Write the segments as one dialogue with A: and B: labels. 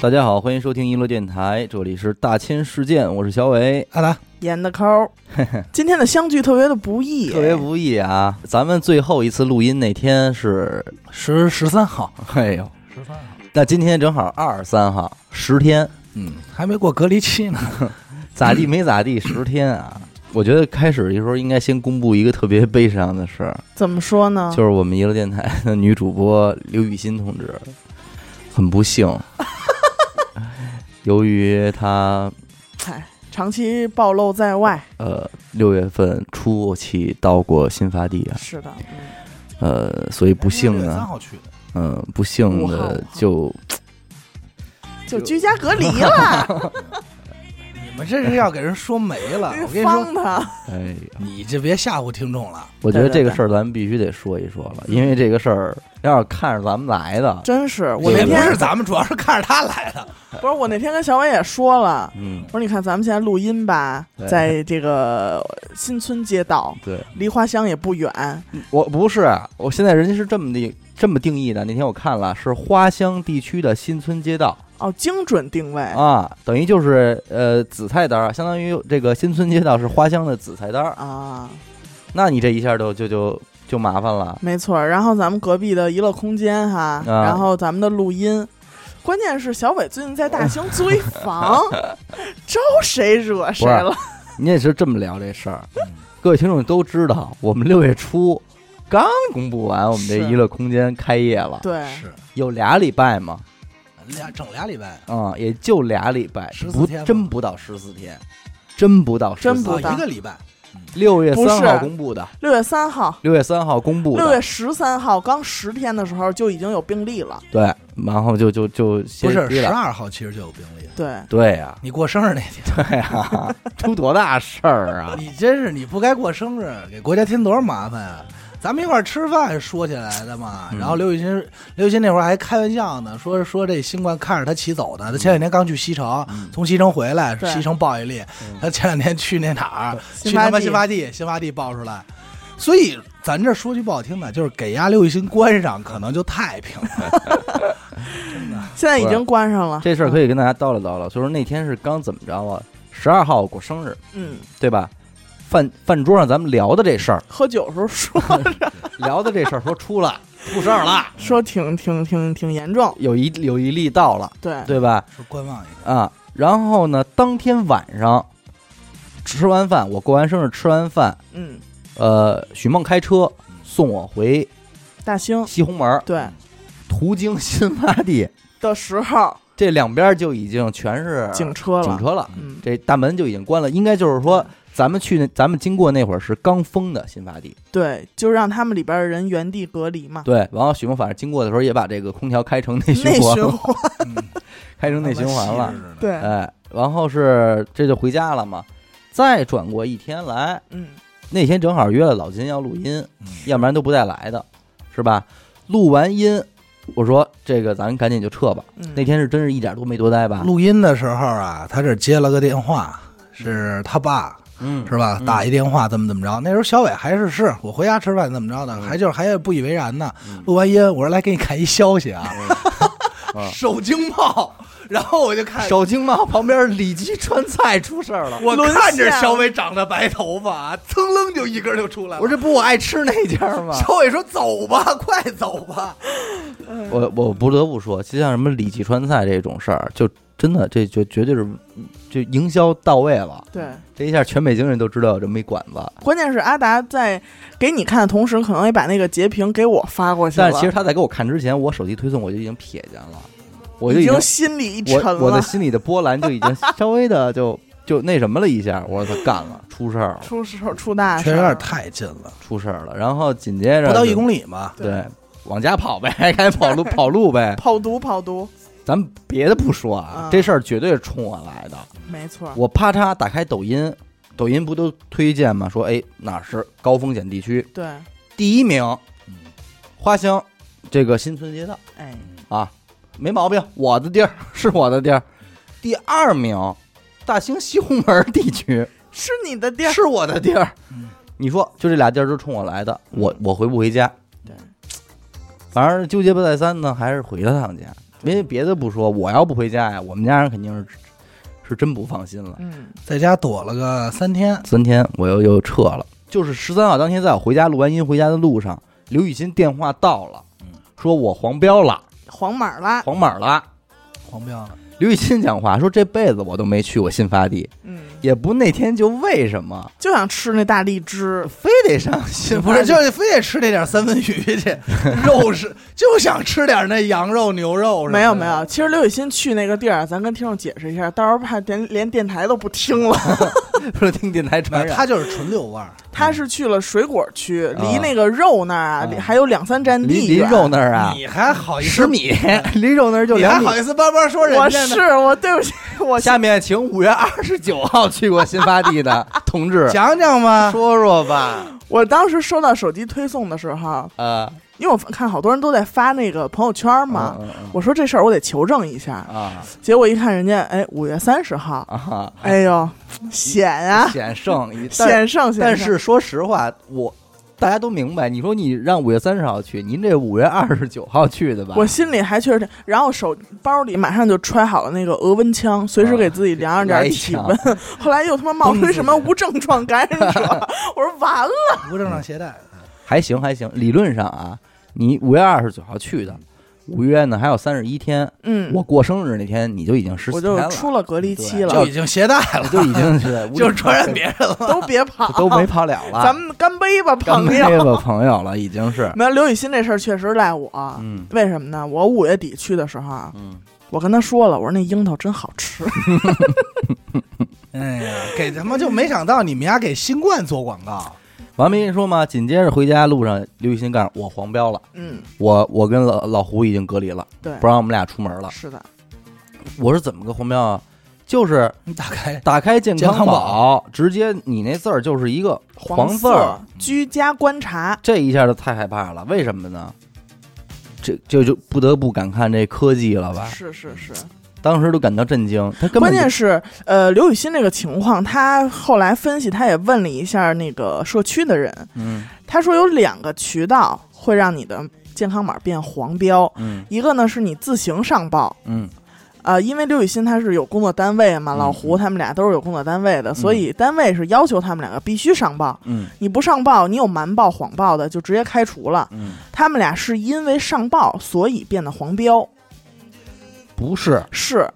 A: 大家好，欢迎收听一乐电台，这里是大千世界，我是小伟，
B: 阿达，
C: 演的抠儿。今天的相聚特别的不易，哎
A: 特别不易啊！咱们最后一次录音那天是，
B: 十十三号，
A: 哎呦，
B: 十三号
A: 那今天正好二三号，十天，嗯，
B: 还没过隔离期呢。
A: 咋地没咋地，十天啊！我觉得开始的时候应该先公布一个特别悲伤的事儿，
C: 怎么说呢？
A: 就是我们一乐电台的女主播刘雨欣同志，很不幸，由于她
C: 嗨，哎长期暴露在外，
A: 呃六月份初期到过新发地啊，
C: 是的，嗯
A: 呃，所 以不幸
B: 六月三
A: 呢，
B: 号去的，
A: 嗯、不幸
C: 五号
A: 的
C: 五号
A: 就
C: 就居家隔离了，
B: 你们这是要给人说没了。 我跟你说，
C: 方他。
A: 哎，
B: 你就别吓唬听众了。
A: 我觉得
C: 对对
A: 这个
C: 对
A: 事儿咱们必须得说一说了，因为这个事儿要是看着咱们来的，
C: 真是，我
A: 也
B: 也
C: 那
B: 不
C: 天
B: 是咱们，主要是看着他来的。
C: 不是我那天跟小伟也说了，
A: 嗯
C: 我，说你看咱们现在录音吧
A: 对，
C: 在这个新村街道，
A: 对
C: 离花乡也不远，
A: 我不是，我现在人家是这么的这么定义的。那天我看了，是花乡地区的新村街道
C: 哦，精准定位
A: 啊，等于就是呃紫菜单儿，相当于这个新村街道是花乡的紫菜单儿。
C: 啊，
A: 那你这一下就就就就麻烦了。
C: 没错儿。然后咱们隔壁的娱乐空间哈，
A: 啊
C: 然后咱们的录音，关键是小伟最近在大兴租一 房，招谁惹谁了？
A: 你也是这么聊这事儿，各位听众都知道，我们六月初刚公布完我们这
C: 是
A: 娱乐空间开业了，
C: 对，
B: 是
A: 有俩礼拜嘛，
B: 俩整俩礼拜，
A: 啊、也就俩礼拜，
B: 14
A: 不
B: 天吧
A: 真不到十四天，真不到14，
C: 真不
B: 啊，
C: 到
B: 一个礼拜。
A: 六月
C: 不
A: 三
C: 是
A: 号公布的，
C: 六月三号，
A: 六月三号公布
C: 六月
A: 的，
C: 十三号刚十天的时候就已经有病例了。
A: 对，然后就就就歇
B: 不是
A: 逼
B: 十
A: 了，
B: 二号，其实就有病例。
C: 对，
A: 对呀、
B: 你过生日那天，
A: 对呀、出多大事儿啊！
B: 你真是你不该过生日，给国家添多少麻烦啊！咱们一块儿吃饭说起来的嘛，
A: 嗯
B: 然后刘雨欣，刘雨欣那会儿还开玩笑呢，说说这新冠看着他骑走呢。他前两天刚去西城，从西城回来，
C: 对
B: 西城爆一例
A: 嗯。
B: 他前两天去那哪儿？去
C: 新
B: 他
C: 发
B: 妈
C: 地
B: 新发地，新发地爆出来。所以咱这说句不好听的，就是给压刘雨欣关上，可能就太平了。
C: 现在已经关上了。
A: 这事儿可以跟大家叨唠叨唠，就是那天是刚怎么着啊？十二号我过生日，
C: 嗯，，
A: 对吧？饭饭桌上咱们聊的这事儿
C: 喝酒时候 说
A: 聊的这事儿说出了出事儿了，
C: 说挺挺挺挺严重。
A: 有一有一例到了，
C: 对，
A: 对吧？
B: 说观望一下，
A: 啊，然后呢，当天晚上吃完饭，我过完生日吃完饭，
C: 嗯，
A: 呃，许梦开车送我回
C: 大兴
A: 西红门儿，
C: 对
A: 途经新发地，
C: 的时候
A: 这两边就已经全是
C: 警车
A: 嗯
C: 了。
A: 警车了，
C: 嗯，
A: 这大门就已经关了，应该就是说。咱们去那，咱们经过那会儿是刚封的新发地，
C: 对，就让他们里边的人原地隔离嘛。
A: 对。然后许梦反正经过的时候也把这个空调开成啊内
C: 内
A: 循环，
C: 循环，
B: 嗯
A: 开成内循环了
B: 细，致着呢
C: 对，
A: 哎。然后是这就回家了嘛，再转过一天来，
C: 嗯，
A: 那天正好约了老金要录音，
B: 嗯
A: 要不然都不带来的，是吧？录完音，我说这个咱赶紧就撤吧。
C: 嗯
A: 那天是真是一点都没多待吧？
B: 录音的时候啊，他这接了个电话，是他爸
A: 嗯
B: 是吧？
A: 嗯
B: 打一电话怎么怎么着？那时候小伟还是是我回家吃饭怎么着的，
A: 嗯
B: 还就是还不以为然呢
A: 嗯。
B: 录完音，我说来给你看一消息啊，
A: 嗯
B: 手惊炮，然后我就看。
A: 首经贸旁边里脊川菜出事儿了。
B: 我
C: 沦
B: 看着
C: 陷
B: 小伟长着白头发，噌楞就一根就出来了。
A: 我这不我爱吃那家吗？
B: 小伟说：“走吧，快走吧。
A: 我我不得不说，就像什么里脊川菜这种事儿，就真的这就绝对是就营销到位了。
C: 对。
A: 这一下全北京人都知道有这么一馆子，
C: 关键是阿达在给你看的同时，可能也把那个截屏给我发过去了。
A: 但是其实他在给我看之前，我手机推送我就已经瞥见了，我就
C: 已
A: 已经
C: 经心里一沉
A: 我
C: 了。
A: 我的心里的波澜就已经稍微的就就那什么了一下，我说他干了，出事儿了，
C: 出事儿出大”事
B: 确
C: 儿，
B: 实有点太近了，
A: 出事儿了。然后紧接着
B: 不到一
A: 就
B: 公里嘛。
A: 啊对，往家跑呗， 赶紧跑路跑路呗。
C: 跑毒跑毒，
A: 咱们别的不说啊
C: 啊，
A: 这事儿绝对是冲我来的。
C: 没错儿。
A: 我啪嚓打开抖音，抖音不都推荐吗？说哎哪儿是高风险地区，
C: 对，
A: 第一名
B: 嗯，
A: 花乡这个新村街道
C: 哎，
A: 啊，没毛病，我的地儿 是我的地儿。第二名，大兴西红门地区。
C: 是你的地儿，
A: 是我的地儿
B: 嗯。
A: 你说就这俩地儿都冲我来的，我我回不回家？
C: 对，
A: 反正纠结不再三呢，还是回了趟家。因为别的不说，我要不回家呀，我们家人肯定是是真不放心了。
C: 嗯，
B: 在家躲了个三天，
A: 三天我又又撤了，就是十三号当天，在我回家录完音回家的路上，刘雨欣电话到了，说我黄标了，
C: 黄码啦，
A: 黄码了。
B: 黄标了。
A: 刘雨欣讲话说这辈子我都没去过新发地，
C: 嗯，
A: 也不那天就为什么
C: 就想吃那大荔枝，
A: 非得上新
B: 不
A: 发
B: 是，
A: 地
B: 就。是非得吃那点三文鱼去， 肉是就想吃点那羊肉、牛肉什么的。
C: 没有没有，其实刘雨欣去那个地儿，咱跟听众解释一下，到时候怕连连电台都不听
A: 嗯
C: 了。
A: 不是听电台传
B: 没有，
A: 染，
B: 呃他就是纯遛弯儿。
C: 他是去了水果区，离
A: 啊
C: 那个肉那儿啊，
A: 啊
C: 还有两三站
A: 离
C: 地
A: 离
C: 远。
A: 肉那儿啊
B: 你还好意思
A: 十？米， 离肉那儿就
B: 你
A: 两
B: 还
A: 米。
B: 好意思巴巴说人
C: 我
B: 家呢
C: 是？我，对不起，我
A: 下面请五月二十九号去过新发地 的同志
B: 讲讲嘛，
A: 说说吧。
C: 我当时收到手机推送的时候，
A: 呃，
C: 因为我看好多人都在发那个朋友圈嘛，
A: 嗯嗯
C: 我说这事儿我得求证一下。
A: 嗯啊
C: 结果一看人家，哎，五月三十号，
A: 啊，
C: 哎呦，险啊，
A: 险胜一，但
C: 险胜险胜。
A: 但是说实话，我大家都明白，你说你让五月三十号去，您这五月二十九号去的吧？
C: 我心里还确实，然后手包里马上就揣好了那个额温枪，随时给自己量上点
A: 嗯来一
C: 体
A: 枪
C: 温。后来又他妈冒出一什么无症状感染 者，我说完了。
B: 不正常携带。
A: 还行还行，理论上啊，你五月二十九号去的，五月呢还有三十一天，
C: 嗯，
A: 我过生日那天你就已经十
C: 我
A: 四天
C: 就
A: 了，
C: 出了隔离期了，
B: 就已经携带
A: 你
B: 了，
A: 就已经 是
B: 就是传染别人了。
C: 都别跑，
A: 都没跑了了，
C: 咱们干杯吧，
A: 干
C: 朋
A: 杯
C: 友。
A: 吧朋友了，已经是
C: 没有刘雨欣这事儿确实赖我，
A: 嗯
C: 为什么呢？我五月底去的时候啊，
A: 嗯。
C: 我跟他说了，我说那樱桃真好 吃，
B: 哎呀，给他妈就没想到你们家给新冠做广告，
A: 完没跟你说吗？紧接着回家路上，刘雨欣告诉我黄标了，
C: 嗯，
A: 我我跟老老胡已经隔离了，
C: 对
A: 不，让我们俩出门了。
C: 是的，
A: 我是怎么个黄标啊？就是
B: 你打开
A: 打开健
B: 健康
A: 宝，直接你那字儿就是一个黄字
C: 色
A: 儿，嗯
C: 居家观察，
A: 这一下就太害怕了。为什么呢？这这就不得不感叹这科技了吧？
C: 是是是，
A: 当时都感到震惊，他啊根本
C: 关键
A: 就是
C: 呃，刘雨欣这个情况，他后来分析，他也问了一下那个社区的人，
A: 嗯
C: 他说有两个渠道会让你的健康码变黄标，
A: 嗯
C: 一个呢是你自行上报，
A: 嗯
C: 呃，因为刘雨欣她是有工作单位嘛，
A: 嗯
C: 老胡他们俩都是有工作单位的，
B: 嗯
C: 所以单位是要求他们两个必须上报。
A: 嗯
C: 你不上报，你有瞒报、谎报的，就直接开除了。
A: 嗯，
C: 他们俩是因为上报，所以变得黄标。
A: 不是
C: 是，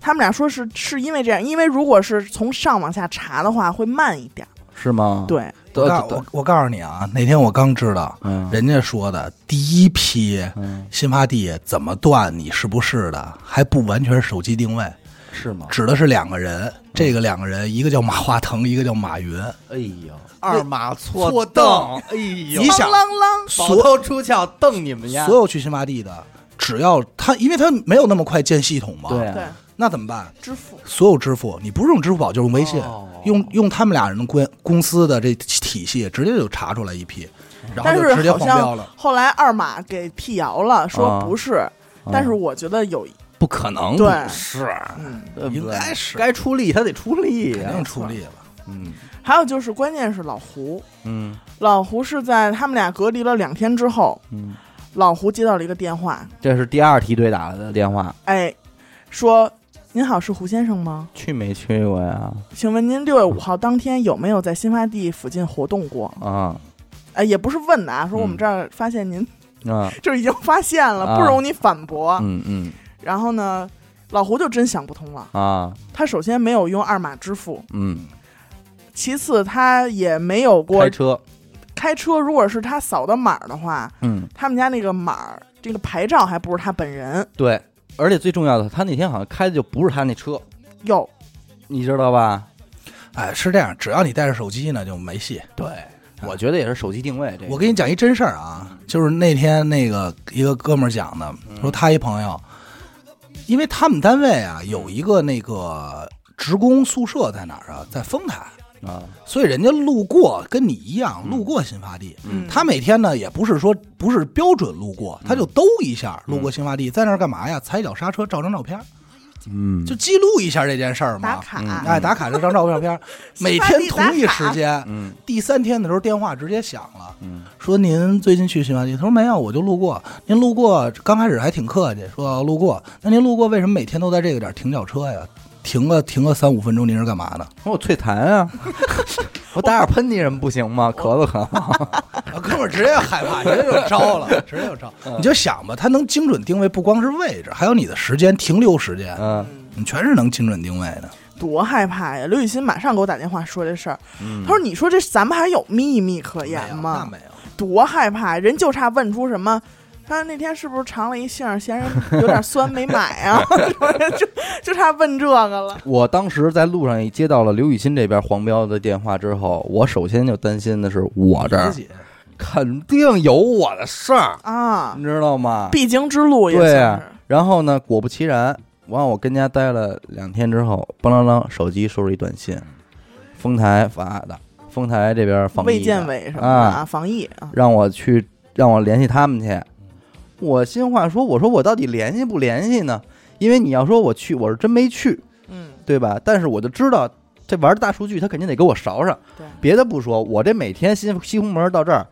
C: 他们俩说是是因为这样，因为如果是从上往下查的话，会慢一点。
A: 是吗？
C: 对，
B: 我
A: 得，
B: 告
A: 得
B: 我我告诉你啊，那天我刚知道，
A: 嗯
B: 人家说的第一批
A: 嗯
B: 新发地怎么断你是不是的，还不完全是手机定位，
A: 是吗？
B: 指的是两个人，这个两个人一个叫马化腾，一个叫马云。
A: 哎呦，
B: 二
A: 马
B: 错凳，
A: 哎呦
B: 你想
C: 啷啷啷，
A: 所头出鞘瞪你们
B: 所有去新发地的，只要他，因为他没有那么快建系统嘛，
A: 对
C: 对
A: 啊，，
B: 那怎么办？
C: 支付
B: 所有支付，你不是用支付宝就是用微信，
A: 哦
B: 用用他们俩人的公公司的这体系，直接就查出来一批，然
C: 但
B: 后就是直接
C: 好
B: 黄标
C: 像
B: 了。
C: 后来二马给辟谣了，说
A: 啊
C: 不是。但是我觉得有，
A: 不可能，
C: 对
A: 不是，
C: 嗯，
A: 对不对
B: 应该是
A: 该出力，他得出力
B: 肯定出力了，
A: 嗯
C: 还有就是关键是老胡，
A: 嗯
C: 老胡是在他们俩隔离了两天之后，
A: 嗯，
C: 老胡接到了一个电话，
A: 这是第二梯队打来的电话，
C: 哎，说您好，是胡先生吗？
A: 去没去过呀？
C: 请问您六月五号当天有没有在新发地附近活动过？
A: 啊
C: 哎，也不是问的啊，说我们
A: 嗯
C: 这儿发现您、
A: 啊
C: 就已经发现了，
A: 啊
C: 不容你反驳。
A: 嗯嗯
C: 然后呢，老胡就真想不通了，
A: 啊
C: 他首先没有用二码支付，
A: 嗯，
C: 其次他也没有过
A: 开车，
C: 开车，如果是他扫的码的话，
A: 嗯
C: 他们家那个码儿这个牌照还不是他本人
A: 对，而且最重要的，他那天好像开的就不是他那车，
C: 哟，
A: 你知道吧？
B: 哎，是这样，只要你带着手机呢，就没戏。
A: 对，我觉得也是手机定位这个，
B: 我给你讲一真事儿啊，就是那天那个一个哥们儿讲的，说他一朋友，因为他们单位啊有一个那个职工宿舍在哪儿啊，在丰台，
A: 啊，
B: 所以人家路过跟你一样路过新发地，
A: 嗯
B: 他每天呢也不是说不是标准路过，他就兜一下路过新发地，在那儿干嘛呀？踩脚刹车照张照片儿，
A: 嗯嗯，
B: 就记录一下这件事儿
C: 打
B: 嘛。
C: 卡，
A: 嗯
B: 哎，打卡就张 照片片儿，每天同一时间。
A: 嗯
B: 第三天的时候，电话直接响了，
A: 嗯
B: 说您最近去新华地？他说没有，我就路过。您路过，刚开始还挺客气，说路过。那您路过为什么每天都在这个点儿停脚车呀？停个停个三五分钟，您是干嘛的？
A: 我有脆痰 啊，我打点喷嚏什么不行吗？咳嗽咳 嗽。
B: 啊， 哥们儿直接害怕，直接就招了， 直接就招。
A: 嗯
B: 你就想吧，它能精准定位，不光是位置，还有你的时间停留时间，
A: 嗯
B: 你全是能精准定位的。
C: 多害怕呀！刘雨欣马上给我打电话说这事儿，
A: 嗯
C: 他说：“你说这咱们还有秘密可
B: 没有
C: 言
B: 那
C: 吗？
B: 没有，
C: 多害怕！人就差问出什么。”他那天是不是尝了一杏儿，嫌人有点酸没买啊？ 就就差问这个了。
A: 我当时在路上也接到了刘雨欣这边黄标的电话之后，我首先就担心的是啊我这儿
B: 自己
A: 肯定有我的事儿，
C: 啊
A: 你，知道吗？
C: 必经之路也
A: 对
C: 算
A: 啊
C: 是。
A: 然后呢，果不其然，完我跟家待了两天之后，邦啷啷手机收了一短信，丰台发的，丰台这边防疫的
C: 卫健委什么的
A: 啊，
C: 防疫啊，
A: 让我去让我联系他们去。我心话说，我说我到底联系不联系呢？因为你要说我去，我是真没去，
C: 嗯，
A: 对吧？但是我就知道这玩大数据，他肯定得给我勺上。
C: 对
A: 别的不说，我这每天西西红门到这儿，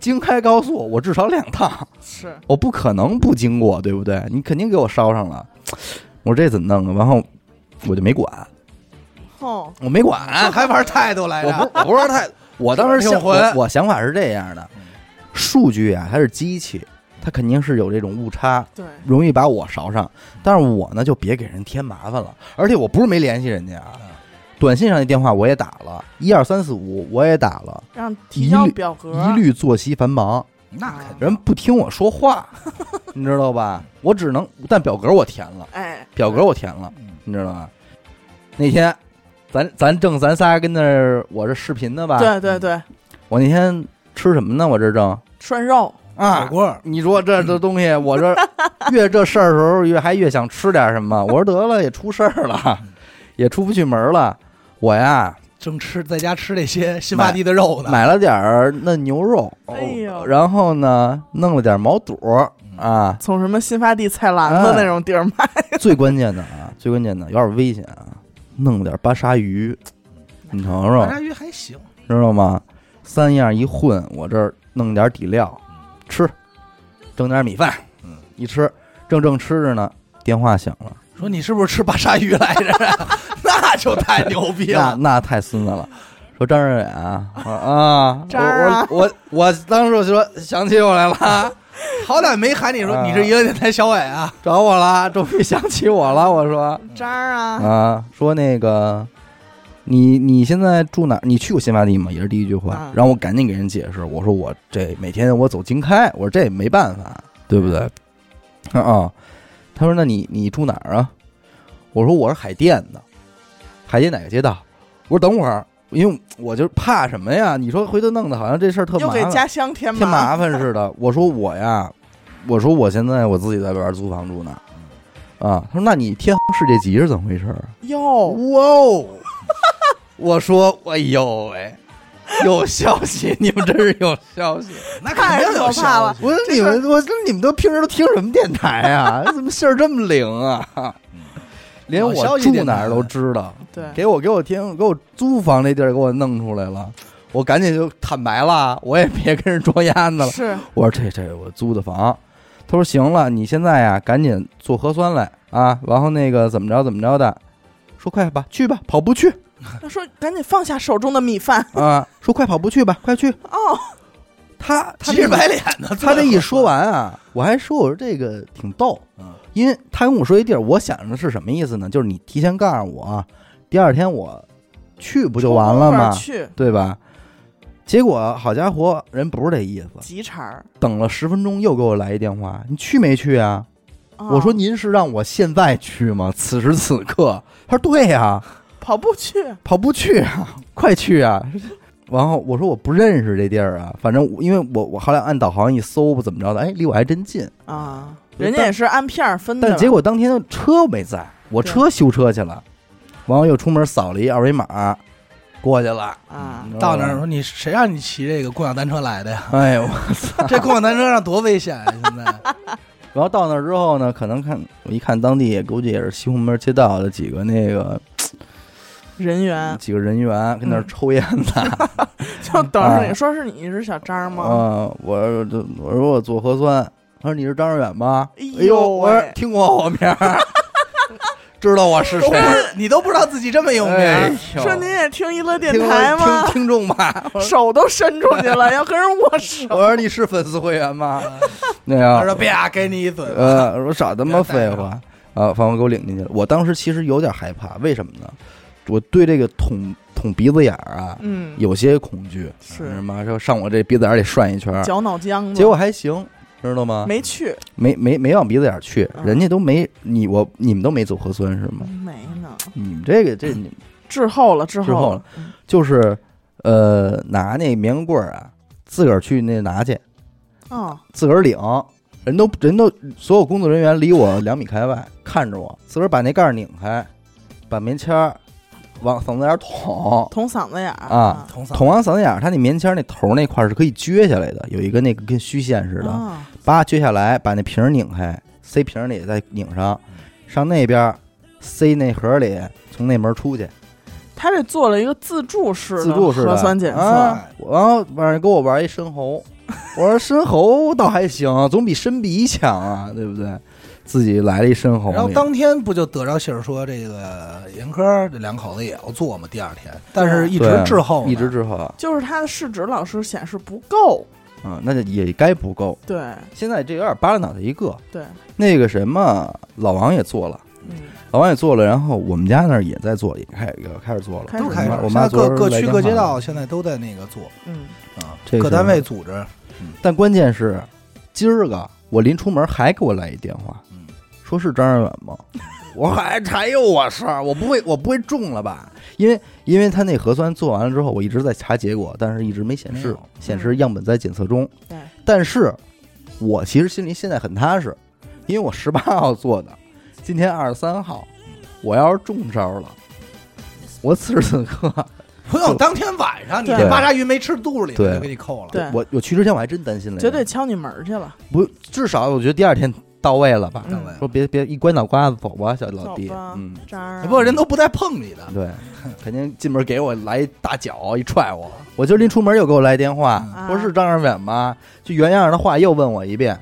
A: 京开高速我至少两趟，
C: 是
A: 我不可能不经过，对不对？你肯定给我捎上了。我说这怎么弄啊？然后我就没管，
C: 哦，
A: 我没管，
B: 这还玩态度来
A: 我不
B: 着？
A: 我不知道太，我当时
B: 哎挺
A: 想
B: 混
A: 我我想法是这样的，数据啊它是机器，它肯定是有这种误差，
C: 对，
A: 容易把我勺上，但是我呢就别给人添麻烦了。而且我不是没联系人家啊
B: 嗯，
A: 短信上的电话我也打了，一二三四五我也打了，
C: 让提交表格，
A: 一律作息繁忙，
B: 那肯定
A: 人不听我说话，你知道吧？我只能，但表格我填了，
C: 哎，
A: 表格我填了，
B: 嗯
A: 你知道吗？那天，咱咱正咱仨跟那儿，我这视频呢吧？
C: 对对
A: 嗯
C: 对，
A: 我那天吃什么呢？我这正
C: 涮肉，
A: 啊
B: 火，锅。
A: 你说这这东西，我 这越这事儿的时候越还越想吃点什么。我说得了，也出事儿了，
B: 嗯
A: 也出不去门了。我呀
B: 正吃在家吃这些新发地的肉呢，
A: 买了点儿嫩牛肉，
C: 哎呦。
A: 然后呢弄了点毛肚儿
B: 嗯
A: 啊
C: 从什么新发地菜篮子
A: 哎
C: 那种地儿买，
A: 最关键的啊，最关键的有点危险啊，弄了点巴沙鱼，
B: 嗯
A: 你尝
B: 白
A: 尝
B: 鲨，鱼还行，
A: 知道吗？三样一混，我这儿弄点底料吃，整点米饭
B: 嗯，
A: 一吃正正吃着呢，电话响了。
B: 说你是不是吃巴沙鱼来着？ 那就太牛逼
A: 那
B: 了。
A: 那太孙子了。说张志远啊，我说啊，
C: 张儿啊
A: 我我我我当时我就说想起我来了，
B: 好歹没喊你说
A: 啊
B: 你是一个电台小伟啊，
A: 找我了，终于想起我了。我说
C: 渣儿啊，
A: 啊，说那个你你现在住哪儿？你去过新发地吗？也是第一句话
C: 啊。
A: 然后我赶紧给人解释，我说我这每天我走经开，我说这也没办法，对不对？啊、啊他说那你你住哪儿啊？我说我是海淀的，海淀哪个街道？我说等会儿，因为我就怕什么呀？你说回头弄得好像这事儿特
C: 又
A: 麻
C: 给
A: 烦，
C: 家乡添
A: 添
C: 麻
A: 麻烦似的。我说我呀，我说我现在我自己在外边租房住呢。啊，他说那你天皇世界级是怎么回事儿？
C: 哟，
A: 哇哦！我说，哎呦喂，有消息！你们真是有消息！
B: 那肯定有
C: 太可怕
B: 消
C: 了
B: 息。
A: 我说你们，我说你们都平时都听什么电台 啊？怎么信儿这么灵啊？连
B: 老消
A: 我
B: 息
A: 住
B: 电
A: 哪儿
B: 台
A: 都知道，
C: 对，
A: 给我给我听，给我租房那地儿给我弄出来了，我赶紧就坦白了，我也别跟人装鸭子了。
C: 是
A: 我说这这我租的房，他说行了，你现在呀赶紧做核酸来啊，然后那个怎么着怎么着的，说快吧，去吧，跑步去
C: 他说赶紧放下手中的米饭
A: 啊，说快跑步去吧，快去。
C: 哦，
A: 他他
B: 急
A: 这
B: 着白脸呢，
A: 他这一说完啊，我还说我说这个挺逗，
C: 嗯
A: 因为他跟我说一地儿，我想着是什么意思呢？就是你提前告诉我，啊第二天我去 不就完了
C: 冲那儿
A: 吗？
C: 去
A: 对吧？结果好家伙，人不是这意思，
C: 急茬儿，
A: 等了十分钟又给我来一电话，你去没去啊？
C: 啊
A: 我说您是让我现在去吗？此时此刻？他说对啊呀、
C: 跑步 去，
A: 跑步去啊，快去啊！ 然后我说我不认识这地儿啊，反正我因为我我后来按导航一搜不怎么着的，哎，离我还真近。
C: 啊，
A: 对
C: 人家也是按片儿分的
A: 但
C: 了，
A: 结果当天车没在，我车修车去了，完后又出门扫了一二维码，过去了。
C: 啊
A: 你，知道
B: 到
A: 吧
B: 那儿说你谁让 你骑这个共享单车来的呀？
A: 哎呦，我
B: 这共享单车上多危险啊！现在
A: 然后到那儿之后呢，可能看我一看当地，估计也是西红门街道的几个那个
C: 人员
A: 几个人员跟那儿
C: 嗯
A: 抽烟呢。
C: 就等着
A: 啊
C: 你说是你是小张吗？
A: 嗯，我这我说我做核酸，他说你是张志远吧？
C: 哎
A: 哎呦，
C: 呦
A: 我
C: 喂
A: 说听过我名 儿，知道我是谁
B: 都不。是 你都不知道自己这么有名
A: 哎
B: 儿，
A: 呦
C: 说您也听娱乐电
A: 听
C: 台吗
A: 听？听众 吧，我说
C: 手都伸出去了，要跟人握 手。
A: 我说你是粉丝会员吗？ 那
B: 他
A: 样
B: 说，啪给你一嘴巴，
A: 啊呃，我少他妈废
B: 别带
A: 话啊！反正给我领进去了。我当时其实有点害怕，为什么呢？我对这个捅捅鼻子眼儿啊，
C: 嗯，
A: 有些恐惧，
C: 是
A: 什么说上我这鼻子眼儿里涮一圈儿，
C: 绞脑浆子，
A: 结果还行，知道吗？
C: 没去，
A: 没没没往鼻子眼儿去，
C: 嗯
A: 人家都没你我你们都没做核酸是吗？
C: 没呢，
A: 你们这个这你
C: 滞后了，滞
A: 滞后
C: 了嗯
A: 了，就是呃拿那棉棍儿啊，自个儿去那拿去，
C: 哦，
A: 自个儿领，人都人都所有工作人员离我两米开外看着我，自个儿把那盖儿拧开，把棉签儿往嗓子眼儿捅，
C: 捅嗓子眼儿
A: 啊
B: 捅嗓
A: 捅完嗓子眼儿，它那棉签儿那头儿那块儿是可以撅下来的，有一个那个跟虚线似的，
C: 啊
A: 叭撅下来，把那瓶儿拧开，塞瓶儿里再拧上，上那边儿塞那盒儿里，从那门儿出去，
C: 他这做了一个自助式的
A: 自助式的
C: 核酸检测，
A: 啊然后晚上给我玩一深 喉，我说深喉倒还行，总比伸鼻强啊，对不对？自己来了一深喉，
B: 然后当天不就得着信儿说这个严科这两口子也要做嘛？第二天，但是一直
A: 对啊
B: 滞后呢，
A: 一直滞后，
C: 就是他的试纸老师显示不够，
A: 嗯，那就也该不够。
C: 对
A: 现在这有点扒拉脑袋一个，
C: 对，
A: 那个什么老王也做了。
C: 嗯，
A: 老王也做了，然后我们家那儿也在做，也开也开始做了。
C: 开始
B: 都开始
A: 我。
B: 现
A: 妈
B: 在
A: 昨
B: 各
A: 儿
B: 各
A: 来
B: 区
A: 电
B: 各街
A: 话了
B: 道现在都在那个做
C: 嗯，
B: 啊
A: 这，
B: 各
A: 是
B: 单位组织
A: 但关键是，今儿个我临出门还给我来一电话，
B: 嗯
A: 说是张志远 吗？我还还有我事儿，我不会我不会中了吧？因为因为他那核酸做完了之后，我一直在查结果，但是一直没显
B: 没
A: 示
B: 有，
A: 显示样本在检测中。
C: 嗯对，
A: 但是我其实心里现在很踏实，因为我十八号做的，今天二十三号，
C: 嗯
A: 我要是中招了，我此时此刻
B: 不用当天晚上你
C: 对
B: 这巴扎鱼没吃肚里，
A: 对
B: 就给你扣了。
C: 对
A: 我我去之前我还真担心了，
C: 绝对嗯敲你门儿去了，
A: 不，至少我觉得第二天到位了吧？
B: 单位
C: 嗯
A: 说别别一关脑瓜子走吧，小老弟
C: 走吧，，
A: 嗯，
C: 张儿啊，
B: 不过人都不带碰你的，
A: 对， 肯定进门给我来一大脚一踹我，嗯我今儿临出门又给我来电话，
C: 啊
A: 说是张二远吗？就原样的话又问我一遍，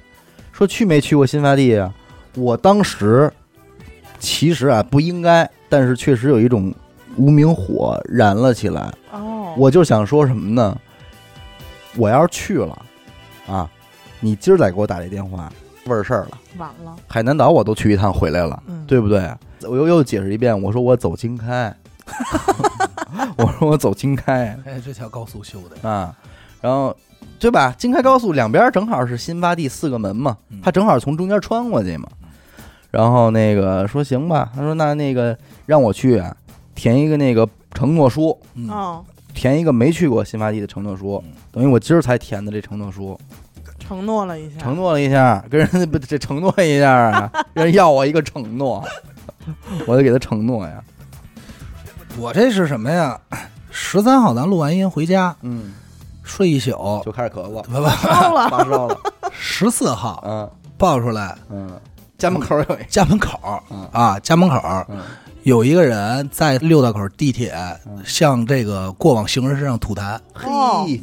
A: 说去没去过新发地啊？我当时其实啊不应该，但是确实有一种无名火燃了起来，
C: 哦，
A: 我就想说什么呢？我要是去了，啊，你今儿再给我打这电话，问事儿了。
C: 晚了，
A: 海南岛我都去一趟回来了，
C: 嗯，
A: 对不对？我又又解释一遍，我说我走经 开，我说我走经开
B: 哎，这条高速修的，
A: 啊，然后对吧？经开高速两边正好是新发地四个门嘛
B: 嗯，
A: 他正好从中间穿过去嘛。然后那个说行吧，他说那那个让我去啊，填一个那个承诺书，
B: 嗯，
C: 哦，
A: 填一个没去过新发地的承诺书
B: 嗯，
A: 等于我今儿才填的这承诺书，
C: 承诺了一下，
A: 承诺了一下，跟人家不这承诺一下啊，人要我一个承诺，我得给他承诺呀。
B: 我这是什么呀？十三号咱录完音回家
A: 嗯，
B: 睡一宿，
A: 就开始咳嗽，
B: 不不，
C: 超了，
A: 发烧了。
B: 十四号
A: 嗯
B: 爆出来，
A: 嗯，家门口有一
B: 家门口
A: 嗯
B: 啊，家门口
A: 嗯
B: 有一个人在六道口地铁向这个过往行人身上吐痰，
C: 哦
A: 嘿，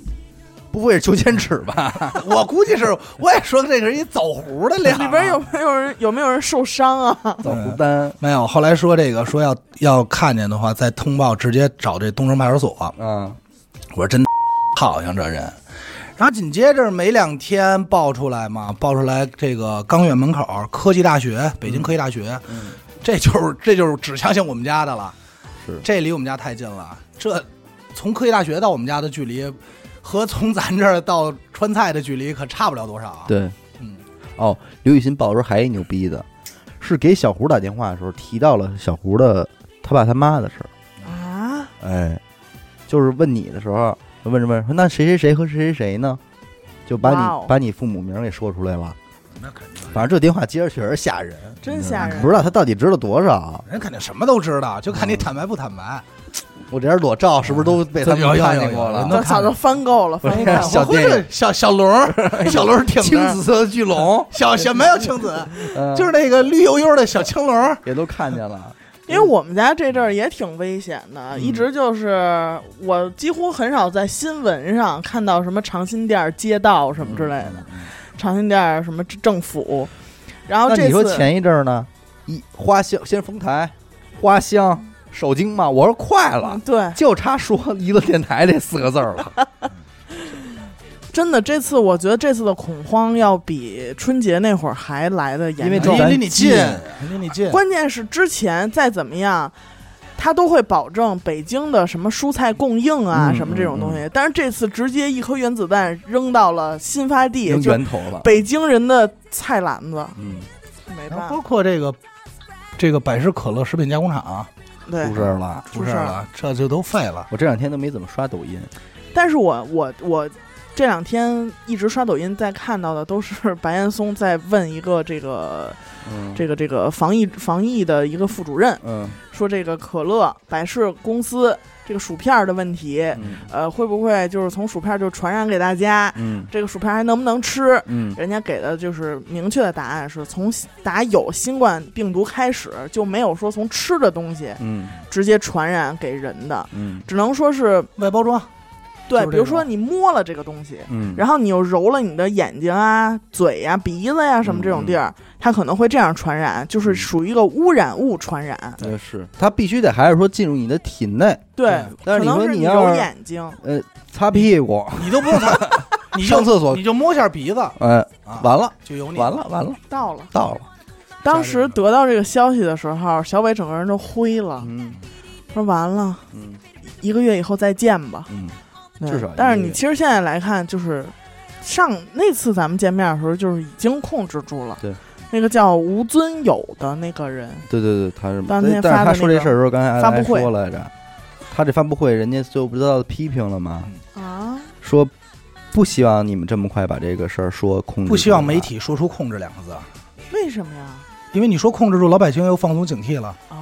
A: 不会是求千尺吧？
B: 我估计是，我也说这是一走胡的料，啊
C: 里边有没有人有没有人受伤啊？
A: 走湖单
B: 没有？后来说这个说要要看见的话，再通报直接找这东城派出所。
A: 啊，
B: 我说真 好像这人。然后紧接着没两天爆出来嘛，爆出来这个刚院门口科技大学，北京科技大学，
A: 嗯
B: 这就是这就是指向性我们家的了。
A: 是
B: 这离我们家太近了，这从科技大学到我们家的距离，和从咱这儿到川菜的距离可差不了多少啊。
A: 对，
B: 嗯，
A: 哦，刘雨欣报时候还一牛逼的，是给小胡打电话的时候提到了小胡的他爸他妈的事儿，
C: 啊，
A: 哎，就是问你的时候，问着问着说那谁谁谁和谁谁谁呢？就把
C: 哇哦
A: 你把你父母名儿给说出来了，
B: 那肯定，
A: 反正这电话接着确实吓人，嗯
C: 真吓人
A: 不知道他到底知道多少。嗯
B: 人肯定什么都知道，就看你坦白不坦白。
A: 我这点裸照是不是都被他
B: 有
A: 们
B: 有
A: 看
B: 有
A: 见过
B: 有
A: 了？
B: 能
C: 这早
B: 看
C: 就翻够了，翻
A: 我
C: 够
A: 看
C: 了。
A: 小电影，
B: 小小龙儿， 小龙儿挺
A: 青
B: 着
A: 紫色的巨龙，
B: 小小没有青紫，
A: 嗯
B: 就是那个绿油油的小青 龙儿。
A: 也都看见了。
C: 因为我们家这阵儿也挺危险的，
A: 嗯
C: 一直就是我几乎很少在新闻上看到什么长辛店儿街道什么之类的，长辛店儿什么政府。然后
A: 嗯那
C: 哦这
A: 你说
C: 次
A: 前一阵儿呢，一花香先丰台，花香首经嘛，我说快了
C: 嗯，对，
A: 就差说娱乐电台这四个字儿 了。
C: 真的这次我觉得这次的恐慌要比春节那会儿还来的严重，
A: 因为这
B: 离离你近
A: 咱，
B: 离你近。
C: 关键是之前再怎么样，他都会保证北京的什么蔬菜供应啊，
A: 嗯
C: 什么这种东西。但是这次直接一颗原子弹扔到了新发地，
A: 扔
C: 就
A: 源头了，
C: 北京人的菜篮子，
A: 嗯，
C: 没
B: 然
C: 办
B: 后包
C: 法，
B: 括这个这个百事可乐食品加工厂啊
C: 对
A: 出。事儿了。
B: 出事
C: 出事
B: 儿
C: 儿
B: 了，这就都废了。
A: 我这两天都没怎么刷抖音，
C: 但是我我我这两天一直刷抖音，在看到的都是 白岩松在问一个这个
A: 嗯
C: 这个这个防疫防疫的一个副主任，
A: 嗯
C: 说这个可乐百事公司这个薯片儿的问题，
A: 嗯
C: 呃，会不会就是从薯片儿就传染给大家？
A: 嗯
C: 这个薯片还能不能吃？
A: 嗯
C: 人家给的就是明确的答案，是从打有新冠病毒开始就没有说从吃的东西
A: 嗯
C: 直接传染给人的，
A: 嗯
C: 只能说是
B: 外包装，
C: 对，
B: 就是这种
C: 比如说你摸了这个东西，
A: 嗯，
C: 然后你又揉了你的眼睛啊、嘴呀、鼻子呀、什么
A: 嗯
C: 这种地儿，它可能会这样传染，就是属于一个污染物传染。
A: 嗯也是，它必须得还是说进入你的体内，
C: 对，
A: 但是
C: 可
A: 你
C: 能
A: 说
C: 是
A: 你
C: 揉
A: 要是
C: 眼睛，
A: 擦屁股，
B: 你都不用 擦，你
A: 上
B: 就
A: 厕所
B: 你，就摸一下鼻子
A: 哎，
B: 啊，
A: 完了
B: 就有你
A: 完了完了，
C: 到了。
A: 到了，
C: 当时得到这个消息的时候，小伟整个人都灰了，
A: 嗯
C: 说完了，
A: 嗯
C: 一个月以后再见吧。
A: 嗯，
C: 对
A: 至少
C: 但是
A: 一个
C: 你
A: 月
C: 其实现在来看，就是上那次咱们见面的时候，就是已经控制住了。
A: 对，
C: 那个叫吴尊友的那个人，
A: 对对对，他是，
C: 当天
A: 但是
C: 发的
A: 他说
C: 那
A: 这
C: 个
A: 事儿的时候，刚才
C: 发布
A: 还
C: 会
A: 说来着，他这发布会人家最后不知道批评了吗？
C: 啊，
A: 说不希望你们这么快把这个事儿说控制，
B: 不希望媒，体说出“控制”两个字，
C: 为什么呀？
B: 因为你说控制住，老百姓又放松警惕了。
C: 哦，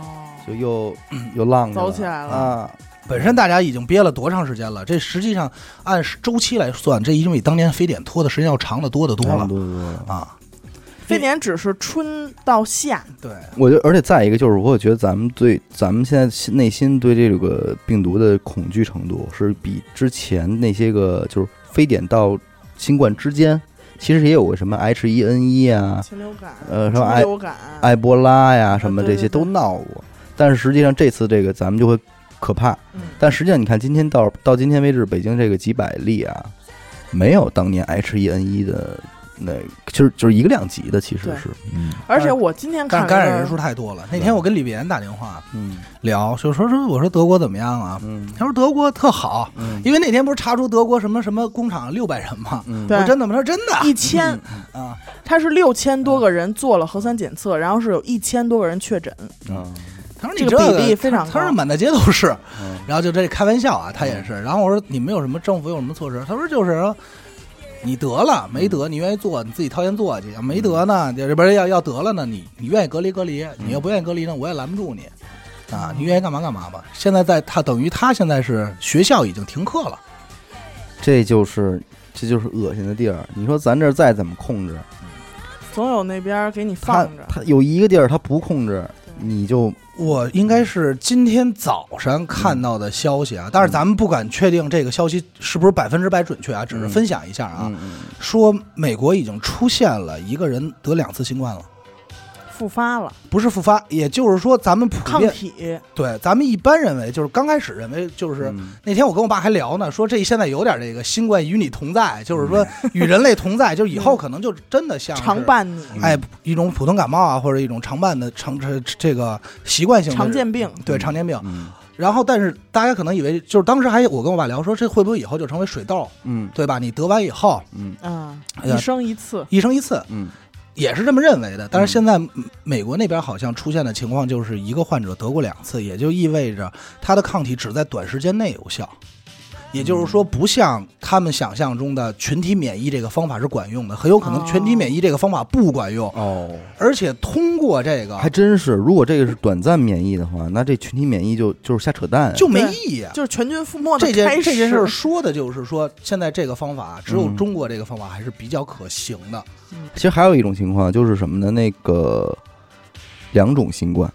A: 就又又浪
C: 走起来了
A: 啊，
B: 本身大家已经憋了多长时间了？这实际上按周期来算，这已经比当年非典拖的时间要长得多得多
A: 差不
B: 了
A: 多多了。
B: 啊！
C: 非典只是春到夏，
B: 对，
A: 我觉得，而且再一个就是，我觉得咱们对咱们现在心内心对这个病毒的恐惧程度，是比之前那些个就是非典到新冠之间，其实也有个什么 H1N1 啊、
C: 禽流感，
A: 呃什么
C: 猪
A: 埃
C: 流感，
A: 埃博拉呀什么
C: 啊对
A: 这
C: 对
A: 些都
C: 对
A: 闹过，但是实际上这次这个咱们就会可怕。
C: 嗯
A: 但实际上，你看今天到到今天为止，北京这个几百例啊，没有当年 H1N1 E 的那，就是就是一个量级的，其实
C: 对
A: 是，嗯
C: 而且我今天
B: 但
C: 看
B: 是感
C: 了一
B: 染
C: 个
B: 人数太多了。那天我跟李别言打电话
A: 嗯
B: 聊，就说说我说德国怎么样啊？
A: 嗯
B: 他说德国特好，
A: 嗯
B: 因为那天不是查出德国什么什么工厂六百人吗？
A: 嗯
C: 对
B: 我真的吗？他说真的
C: 一千，
B: 啊，
C: 他是六千多个人做了核酸检测，然后是有一千多个人确诊，
A: 嗯
B: 他说你
C: 这个
B: 这
C: 比例非常
B: 他说
C: 高
B: 满大街都是，
A: 嗯
B: 然后就这开玩笑啊，他也是。然后我说你们有什么政府有什么措施？他说就是啊你得了没得，你愿意做你自己掏钱做去；没得呢，这不是要要得了呢，你你愿意隔离隔离，你要不愿意隔离呢，我也拦不住你啊，
C: 嗯
B: 你愿意干嘛干嘛吧。现在在他等于他现在是学校已经停课了，
A: 这就是这就是恶心的地儿。你说咱这儿再怎么控制，
C: 总有那边儿给你
A: 他
C: 放着。
A: 他有一个地儿他不控制，
C: 对
A: 你就
B: 我应该是今天早上看到的消息啊，但是咱们不敢确定这个消息是不是百分之百准确啊，只是
A: 嗯
B: 分享一下啊。
A: 嗯嗯
B: 说美国已经出现了一个人得两次新冠了，
C: 复发了，
B: 不是复发，也就是说咱们普
C: 抗
B: 遍
C: 体
B: 对咱们一般认为就是刚开始认为就是。
A: 嗯
B: 那天我跟我爸还聊呢，说这现在有点这个新冠与你同在，就是说与人类同在，就是以后可能就真的像是
C: 嗯常，伴你，
B: 哎，一种普通感冒啊，或者一种常伴的常这这个习惯性的
C: 常见病。
B: 对常见病。
A: 嗯
B: 然后，但是大家可能以为，就是当时还我跟我爸聊说，这会不会以后就成为水痘，
A: 嗯
B: 对吧？你得完以后
A: 嗯
C: 啊，
B: 哎呀
C: 一生一次，
B: 一生一次，
A: 嗯
B: 也是这么认为的。
A: 嗯
B: 但是现在嗯美国那边好像出现的情况就是一个患者得过两次，也就意味着他的抗体只在短时间内有效。也就是说，不像他们想象中的群体免疫这个方法是管用的，很有可能群体免疫这个方法不管用，
A: 哦，
B: 而且通过这个
A: 还真是。如果这个是短暂免疫的话，那这群体免疫就就是瞎扯淡啊。
B: 就没意义啊。
C: 就是全军覆没的
B: 这件
C: 开始。
B: 这件事儿说的就是说，现在这个方法啊只有
A: 嗯
B: 中国这个方法还是比较可行的。
A: 其实还有一种情况就是什么呢？那个两种新冠，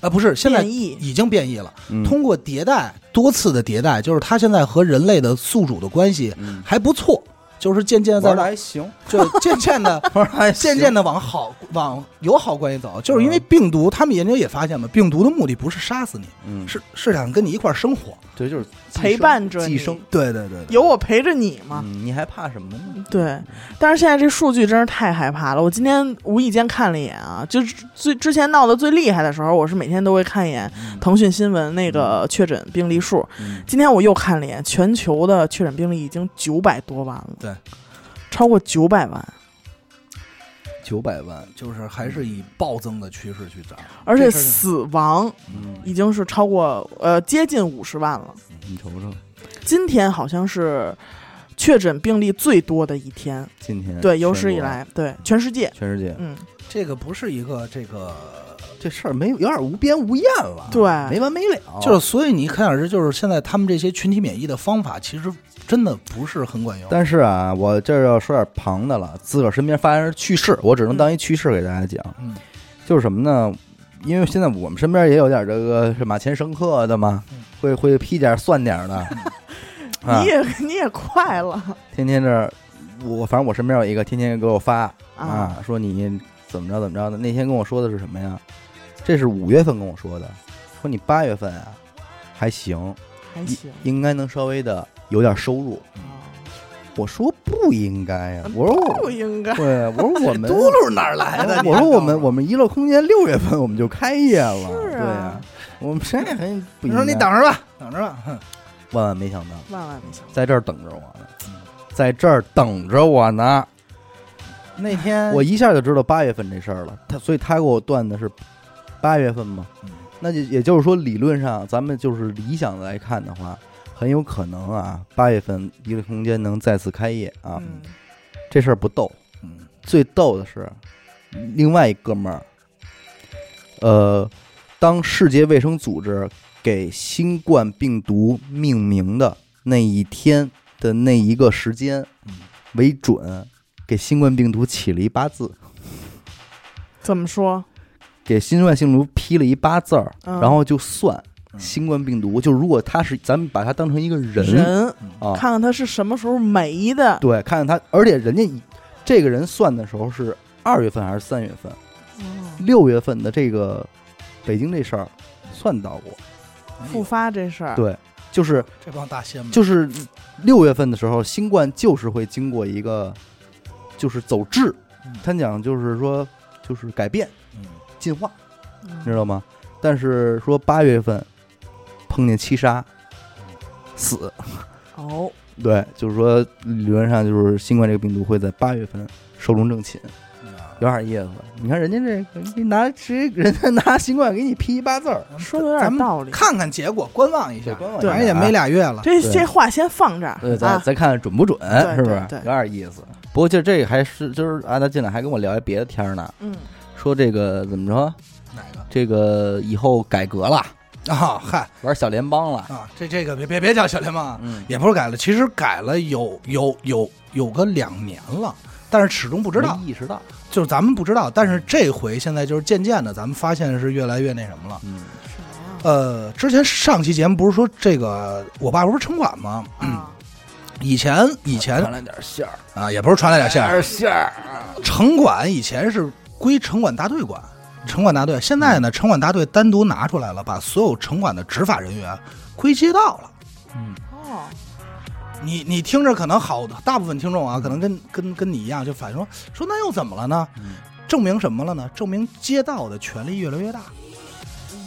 B: 啊，不是，现在
C: 变异
B: 已经变异了。
A: 嗯
B: 通过迭代多次的迭代，就是它现在和人类的宿主的关系
A: 嗯
B: 还不错，就是渐渐在
A: 玩的还行，
B: 就渐渐的
A: 玩的还
B: 渐
A: 行
B: 渐的往好往友好关系走，就是因为病毒，他们研究也发现嘛，病毒的目的不是杀死你，
A: 嗯，
B: 是是想跟你一块儿生活。
A: 对，就是寄
C: 陪
A: 生
C: 伴着
A: 寄
C: 你
A: 生。
B: 对对对对，
C: 有我陪着你嘛。
A: 嗯，你还怕什么呢？
C: 对，但是现在这数据真是太害怕了。我今天无意间看了一眼啊，就是最之前闹得最厉害的时候，我是每天都会看一眼
B: 嗯
C: 腾讯新闻那个确诊病例数。
A: 嗯
C: 今天我又看了一眼，全球的确诊病例已经九百多万了，
B: 对，
C: 超过九百万，
A: 九百万，
B: 就是还是以暴增的趋势去涨。
C: 而且
B: 这事儿就
C: 死亡
A: 嗯，
C: 已经是超过呃接近五十万了。
A: 你瞅瞅，
C: 今天好像是确诊病例最多的一天，
A: 今天
B: 嗯
C: 对，有
A: 全
C: 史以
A: 国
C: 来，对全世界，
A: 全世界
C: 嗯，
B: 这个不是一个这个，
A: 这事儿没有有点无边无厌了，
C: 对
A: 没完没了，
B: 就是所以你看而知，就是现在他们这些群体免疫的方法，其实真的不是很管用。
A: 但是啊，我这儿要说点旁的了，自个儿身边发生的趣事，我只
C: 嗯
A: 能当一趣事给大家讲。
B: 嗯
A: 就是什么呢？因为现在我们身边也有点这个是马前生客的嘛
B: 嗯，
A: 会会批点儿算点儿的， 啊
C: 嗯你，也你也快了
A: 天天这儿我反正我身边有一个天天给我发
C: 啊，
A: 啊，说你怎么着怎么着的。那天跟我说的是什么呀？这是五月份跟我说的，说你八月份啊还行，
C: 还行。
A: 应该能稍微的有点收入。
C: 啊
A: 我说哎不应该呀、 我说
C: 不
A: 我
C: 应该，
A: 对，我说我们
B: 嘟噜哪儿来的？
A: 我说我们
B: 我
A: 我们娱乐空间六月份我们就开业了，
C: 是
A: 对
C: 啊
A: 呀、我们谁 也还不
B: 你
A: 应
B: 说
A: 该
B: 你等，着吧，等着吧。哼
A: 万万没想到，
C: 万万没想到，
A: 在这儿等着我呢，
B: 嗯
A: 在这儿等着我呢，
B: 那天
A: 我一下就知道八月份这事儿了。他所以他给我断的是八月份嘛，
B: 嗯
A: 那就也就是说理论上咱们就是理想的来看的话，很有可能啊，八月份娱乐空间能再次开业啊，
C: 嗯，
A: 这事儿不逗。
B: 嗯
A: 最逗的是，另外一哥们儿，呃，当世界卫生组织给新冠病毒命名的那一天的那一个时间
B: 嗯
A: 为准，给新冠病毒起了一八字，
C: 怎么说？
A: 给新冠病毒批了一八字儿，
C: 嗯
A: 然后就算
B: 嗯
A: 新冠病毒，就如果它是咱们把它当成一个人
C: 人
A: 啊，
C: 看看他是什么时候没的，
A: 对，看看他，而且人家以这个人算的时候是二月份还是三月份？
C: 嗯
A: 六月份的这个北京这事儿算到过，
C: 复发这事儿，
A: 对，就是
B: 哎这帮大仙们
A: 就是六月份的时候，新冠就是会经过一个就是走质
B: 嗯，
A: 他讲就是说就是改变
B: 嗯
A: 进化，
C: 嗯
A: 你知道吗？但是说八月份碰见七杀死，
C: 哦，
A: 对，就是说理论上就是新冠这个病毒会在八月份寿终正寝，
B: 啊
A: 有点意思。你看人家这个，你拿直接人家拿新冠给你批一八字儿，
C: 说的有点道理。
B: 看看结果，观望一下
A: 对，观望一下啊
B: 反正也没俩月了。
C: 这
A: 对
C: 这话先放这儿
A: 对，咱
C: 啊，
A: 咱呃看准不准，
C: 对
A: 是不是
C: 对对
A: 有点意思？不过就这个还是就是阿达进来还跟我聊一别的天儿呢，
C: 嗯，
A: 说这个怎么着，
B: 哪个
A: 这个以后改革了，
B: 啊？嗨
A: 玩小联邦了，
B: 啊，这这个别别别叫小联盟啊，
A: 嗯，
B: 也不是改了，其实改了有有有有个两年了。但是始终不
A: 不
B: 知道，
A: 意识到，
B: 就是咱们不知道。但是这回现在就是渐渐的，咱们发现是越来越那什么了。
A: 嗯
C: 什
B: 呃，之前上期节目不是说这个我爸不是城管吗？
C: 么
A: 嗯
C: 呀？啊，
B: 以前以前
A: 了哎点馅儿，
B: 啊，也不是传来点馅儿，
A: 馅儿，
B: 城管以前是归城管大队管，城管大队现在呢，
A: 嗯
B: 城管大队单独拿出来了，把所有城管的执法人员归街道了。
C: 哦，
B: 你你听着可能好，大部分听众啊，可能跟跟跟你一样，就反映说说那又怎么了呢？
A: 嗯
B: 证明什么了呢？证明街道的权力越来越大。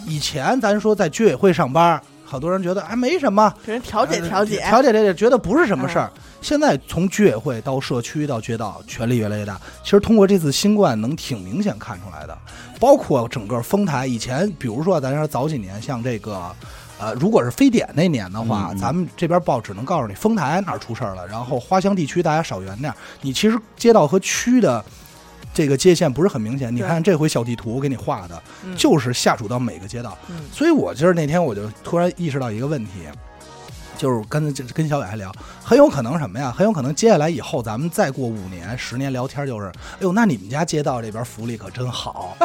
B: 以前咱说在居委会上班，好多人觉得哎没什么，
C: 给人调解嗯调解，
B: 呃
C: 嗯
B: 调解调解，觉得不是什么事儿。现在从居委会到社区到街道，权力越来越大。其实通过这次新冠，能挺明显看出来的，包括整个丰台。以前，比如说咱说早几年，像这个，呃，如果是非典那年的话，
A: 嗯嗯
B: 咱们这边报只能告诉你丰台哪儿出事儿了，然后花乡地区大家少远点儿。你其实街道和区的这个界限不是很明显。你
C: 对
B: 看这回小地图我给你画的，
C: 嗯
B: 就是下属到每个街道。
C: 嗯
B: 所以我就是那天我就突然意识到一个问题，就是跟跟小伟还聊，很有可能什么呀？很有可能接下来以后咱们再过五年、十年聊天就是，哎呦，那你们家街道这边福利可真好，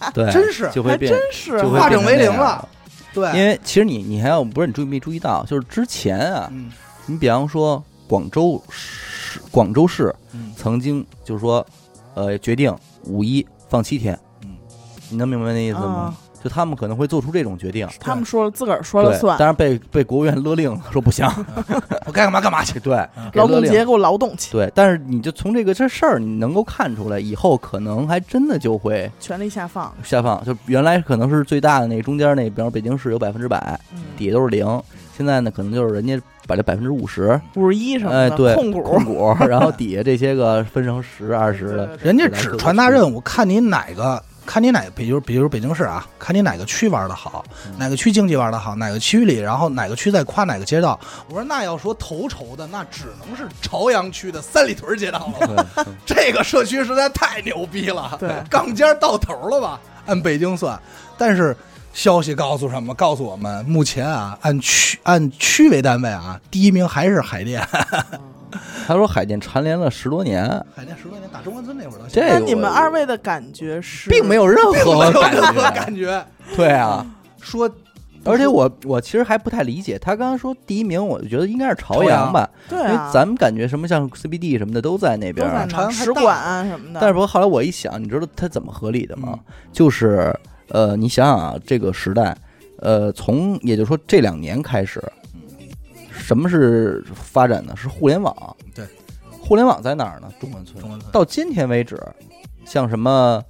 A: 哎对，
B: 真是
A: 就会
C: 还
A: 变
C: 真是
A: 就会
B: 化
A: 变
B: 整
A: 成
B: 为
A: 那
B: 零
A: 样
B: 了。对，
A: 因为其实你你还有不是你注意没注意到，就是之前啊，
B: 嗯
A: 你比方说广州市，广州市
B: 嗯
A: 曾经就是说，呃，决定五一放七天，
B: 嗯，
A: 你能明白那意思吗？就他们可能会做出这种决定，
C: 他们说了自个儿哦说
A: 对，
C: 了算，
A: 当然被被国务院勒令说不行，
B: 我该干嘛干嘛去。
A: 对，给
C: 劳
A: 勒
C: 动
A: 令
C: 节给我劳动去，
A: 对，但是你就从这个这事儿，你能够看出来，以后可能还真的就会
C: 权力下放。
A: 下放。就原来可能是最大的那个中间那，比方说北京市有百分之百，
C: 嗯，
A: 底下都是零。现在呢，可能就是人家把这百分之五十，
C: 五十一什么
A: 哎，
C: 的，
A: 对，
C: 控
A: 控
C: 股，
A: 股， 然后底下这些个分成十、二十的，
B: 人家只传达任务，看你哪个，看你哪，比如比如北京市啊，看你哪个区玩的好，哪个区经济玩的好，哪个区里，然后哪个区在夸哪个街道。我说那要说头筹的，那只能是朝阳区的三里屯街道了。
A: 对 嗯
B: 这个社区实在太牛逼了，
C: 对
B: 杠尖儿到头了吧？按北京算，但是消息告诉什么？告诉我们，目前啊，按区按区为单位啊，第一名还是海淀，
C: 嗯
A: 他说海淀蝉联了十多年，
B: 海淀十多年打中关村那会儿到现
A: 这
B: 在
C: 那
A: 个
C: 你们
A: 我
C: 二位的感觉是，
A: 并没有任何
B: 没有
A: 感
B: 任何
A: 觉，
B: 感觉。
A: 对啊。
B: 说
A: 而且我我其实还不太理解，他刚刚说第一名，我就觉得应该是朝
B: 朝阳
A: 阳吧，
C: 对
A: 因
C: 啊
A: 为，咱们感觉什么像 CBD 什么的都在那
C: 都
A: 边
C: 在
A: 儿，
C: 那
B: 朝
C: 儿
B: 阳还
C: 使
B: 大
C: 馆啊什么的，
A: 但是不过后来我一想，你知道它怎么合理的吗？
B: 嗯
A: 就是呃，你想想啊，这个时代，呃，从也就是说这两年开始，什么是发展呢？是互联网。
B: 对，
A: 互联网在哪儿呢？中关村
B: 中。关村，
A: 到今天为止，像什么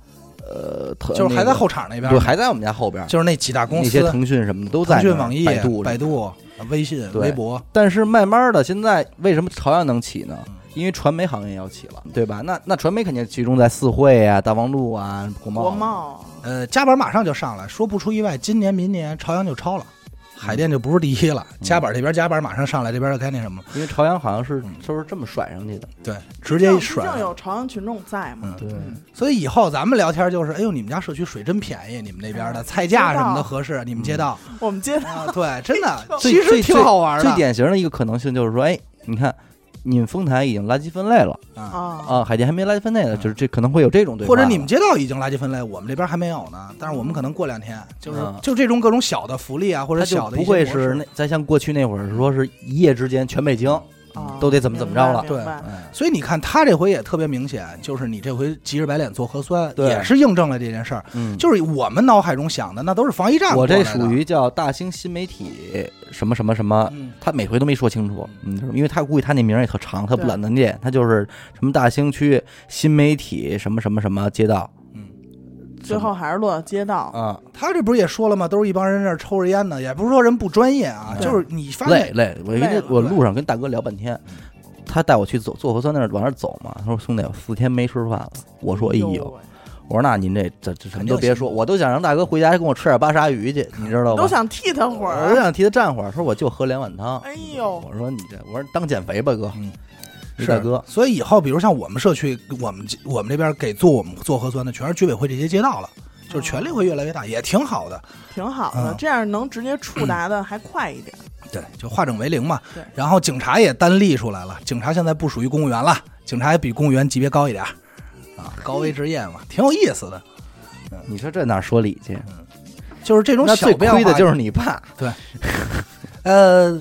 A: 呃，腾
B: 就是还在后
A: 边
B: 场那
A: 对，
B: 边，
A: 还在我们家后边儿。
B: 就是那几大公
A: 那
B: 司
A: 些，腾讯什么的都在
B: 腾
A: 那儿，
B: 讯、网易、
A: 百度、
B: 百度、呃微信、
A: 对
B: 微博，
A: 但是慢慢的，现在为什么朝阳能起呢
B: 嗯？
A: 因为传媒行业要起了，对吧？那那传媒肯定集中在四惠啊、大望路啊、国贸。
C: 国贸
B: 呃，加板马上就上来，说不出意外，今年明年朝阳就超了。海淀就不是第一
A: 嗯
B: 了，加板这边加板马上上来，这边就该那什么了，
A: 因为朝阳好像是
B: 嗯
A: 都是这么甩上去的。
B: 对，直
C: 毕
B: 接一
C: 竟
B: 甩
C: 毕。竟有朝阳群众在嘛
B: 嗯，
A: 对
B: 所以以后咱们聊天就是，哎呦，你们家社区水真便宜，你们那
C: 嗯
B: 边的菜价什么的合适，你们街道
C: 我们街
B: 啊，对，真
C: 哎
B: 的，
A: 最
B: 其实
A: 嗯最
B: 挺好玩
A: 最
B: 的
A: 典型的一个可能性就是说，哎，你看，你们丰台已经垃圾分类了
B: 啊。
C: 啊，
A: 啊，海淀还没垃圾分类呢，
B: 嗯
A: 就是这可能会有这种对话
B: 或
A: 了。
B: 者你们街道已经垃圾分类，我们这边还没有呢。但是我们可能过两天，就是
A: 嗯
B: 就这种各种小的福利啊，或者
A: 他就
B: 小的
A: 不
B: 一些
A: 会
B: 模
A: 是
B: 式
A: 那再像过去那会儿说是一夜之间全北京，
C: 啊
A: 都得怎么怎么着了
C: 明白明白
A: 哎
B: 所以你看，他这回也特别明显，就是你这回急着白脸做核酸，
A: 对
B: 也是印证了这件事儿。
A: 嗯，
B: 就是我们脑海中想的，那都是防疫战过
A: 我
B: 来的。
A: 这属于叫大兴新媒体什么什么什么
B: 嗯，
A: 他每回都没说清楚，嗯，就是因为他估计他那名儿也特长，他不
C: 对
A: 懒得念，他就是什么大兴区新媒体什么什么什么街道
B: 嗯，
C: 最后还是落到街道，
A: 啊，
B: 他这不是也说了吗？都是一帮人在这儿抽着烟呢，也不是说人不专业啊，
A: 对
B: 就是你发
A: 累
B: 现
A: 累，我
C: 累
A: 跟
C: 了
A: 我路上跟大哥聊半天，他带我去走做核酸那儿往那儿走嘛，他说兄弟我四天没吃饭了，我说哎呦，
C: 喂，
A: 我说那您这这这什么
B: 肯定
A: 都别
B: 行
A: 说，我都想让大哥回家跟我吃点巴沙鱼去，你知道吧？
C: 都想替他会
A: 我都
C: 儿，
A: 想替他站会儿，说我就喝两碗汤，
C: 哎呦，
A: 我说你这我说当减肥吧哥
B: 嗯，
A: 你
B: 是
A: 大哥，
B: 所以以后比如像我们社区，我们我们这边给做我们做核酸的，全是居委会这些街道了，就是权力会越来越大，也挺好的。
C: 挺好的
B: 嗯，
C: 这样能直接触达的还快一点，
B: 对，就化整为零嘛。
C: 对
B: 然后警察也单立出来了，警察现在不属于公务员了，警察也比公务员级别高一点儿啊，高危职业嘛，挺有意思的。
A: 你说这哪说理去？
B: 就是这种
A: 那
B: 小
A: 最
B: 变化，
A: 亏的就是你爸，
B: 呃，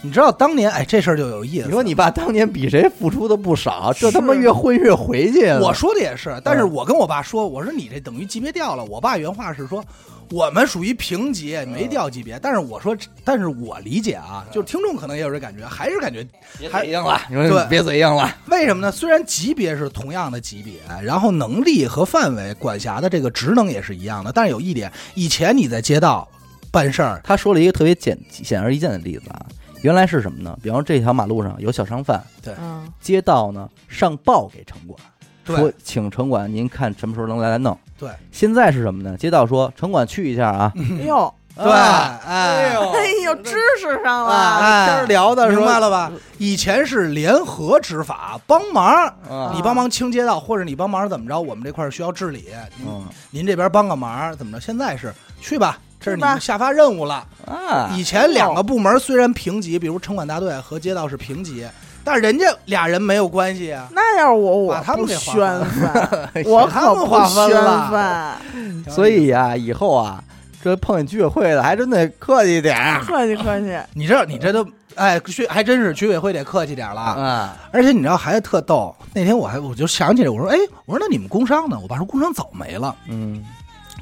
B: 你知道当年哎，这事儿就有意思。
A: 你说你爸当年比谁付出的不少，这他
C: 是
A: 妈越混越回去了。
B: 我说的也
A: 嗯
B: 是，但是我跟我爸说，我说你这等于级别掉了。我爸原话是说，我们属于平级，没掉级别。但是我说，但是我理解啊，
A: 嗯
B: 就是听众可能也有这感觉，还是感觉
A: 别
B: 嘴
A: 硬了，你说
B: 对
A: 你别嘴硬了。
B: 为什么呢？虽然级别是同样的级别，然后能力和范围、管辖的这个职能也是一样的，但是有一点，以前你在街道办事儿，
A: 他说了一个特别简显而易见的例子啊，原来是什么呢？比方说这条马路上有小商贩，
C: 嗯，
A: 街道呢上报给城管，说
B: 对
A: 请城管您看什么时候能来来弄。
B: 对，嗯
A: 现在是什么呢？街道说城管去一下啊，
C: 哎呦，
B: 对，哎
A: 呦
C: 哎呦，知识上了，
B: 哎
A: 天儿聊的
B: 明
A: 说
B: 白了吧？以前是联合执法，帮忙，
A: 啊
B: 你帮忙清街道，或者你帮忙怎么着，我们这块儿需要治理，您、
A: 嗯
B: 您这边帮个忙，怎么着？现在是去吧，这是你
C: 去吧
B: 们下发任务了。
A: 啊
B: 以前两个部门虽然平级，比如城管大队和街道是平级，但人家俩人没有关系啊。
C: 那要是我，我
B: 把他们
C: 不
B: 给划
C: 宣
B: 分
C: 愤，我
B: 把他
C: 可
B: 们
C: 不
B: 划分
C: 宣
B: 了
C: 愤，
B: 嗯
A: 所以呀、以后啊，这碰见居委会的还真得客气点啊儿
C: 客气客气，
B: 你这你这都哎，居还真是居委会得客气点儿了。
A: 啊。
B: 而且你知道还特逗，那天我还我就想起来，我说哎，我说那你们工商呢？我爸说工商早没了，
A: 嗯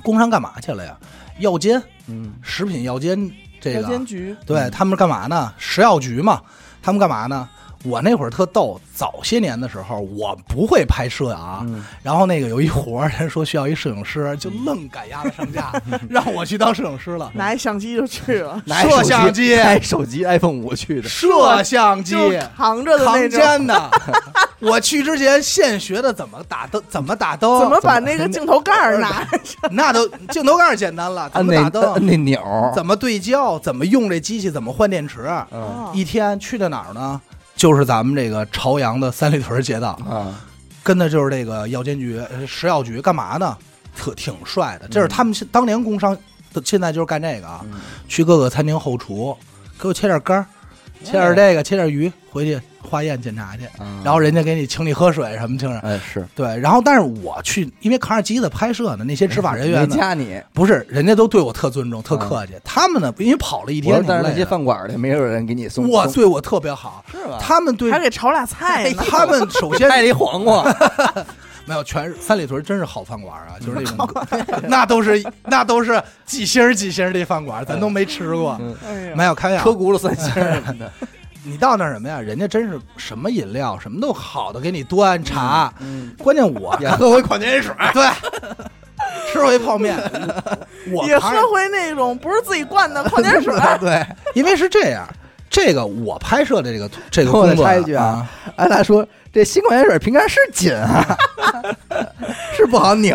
B: 工商干嘛去了呀？药监，
A: 嗯
B: 食品药监这
C: 药
B: 个
C: 监，局
B: 对他们干嘛呢？食药局嘛，他们干嘛呢？我那会儿特逗，早些年的时候我不会拍摄啊，
A: 嗯
B: 然后那个有一活儿，人说需要一摄影师，就愣赶鸭子上架，让我去当摄影师了。
C: 拿一相机就去了，
A: 拿
B: 摄像机
A: 拍手机 iPhone 五去的，
B: 摄像机
C: 就扛着的
B: 扛
C: 那种，
B: 肩的， 我去之前现学的怎么打灯，怎么打灯，
C: 哦怎么把那个镜头盖儿拿？
B: 那都镜头盖儿简单
C: 啊
B: 了，怎
A: 按
B: 么
A: 那
B: 打灯
C: 呃
A: 按，那钮儿，
B: 怎么对焦，怎么用这机器，怎么换电池。
C: 哦
A: 嗯
B: 一天去的哪儿呢？就是咱们这个朝阳的三里屯街道，
A: 啊
B: 跟的就是这个药监局、呃食药局，干嘛呢？特挺帅的，这是他们现当年工商，现在就是干这个啊
A: 嗯，
B: 去各个餐厅后厨，给我切点肝儿，切点这个，切点鱼，回去化验检查去，
A: 哦啊
B: 然后人家给你请你喝水什么听着。
A: 哎是
B: 对，然后但是我去，因为扛着机子拍摄呢，那些执法人员
A: 没
B: 呢，
A: 加你，
B: 不是，人家都对我特尊重、特客气。他们呢，因为跑了一
A: 我
B: 天
A: 说但是那
B: 挺累
A: 些
B: 的
A: 饭馆儿里没有人给你送，
B: 哇，
A: 送
B: 对我特别好。
A: 是吧？
B: 他们对
C: 还给炒俩菜呢，
B: 他们首先
A: 带了一黄 瓜，
B: 没有，全是三里屯真是好饭馆 啊，就是那种，那都是那都是几星儿几星儿的饭馆，咱都没吃过。
A: 嗯
C: 哎呦
B: 没有开玩
A: 车
B: 笑，
A: 轱辘三星儿什么 的，
B: 你到那儿什么呀？人家真是什么饮料什么都好的给你端茶，
A: 嗯，
B: 关键 我
A: 也喝回矿泉水，
B: 对吃回 泡面，我
C: 也
B: 扛
C: 喝回那种不是自己灌的矿泉 水，
A: 对，
B: 因为是这样，这个我拍摄的这个这个
A: 我
B: 工
A: 得
B: 作
A: 插一句啊，安达说这新矿泉水瓶盖是紧啊， 是不好 拧，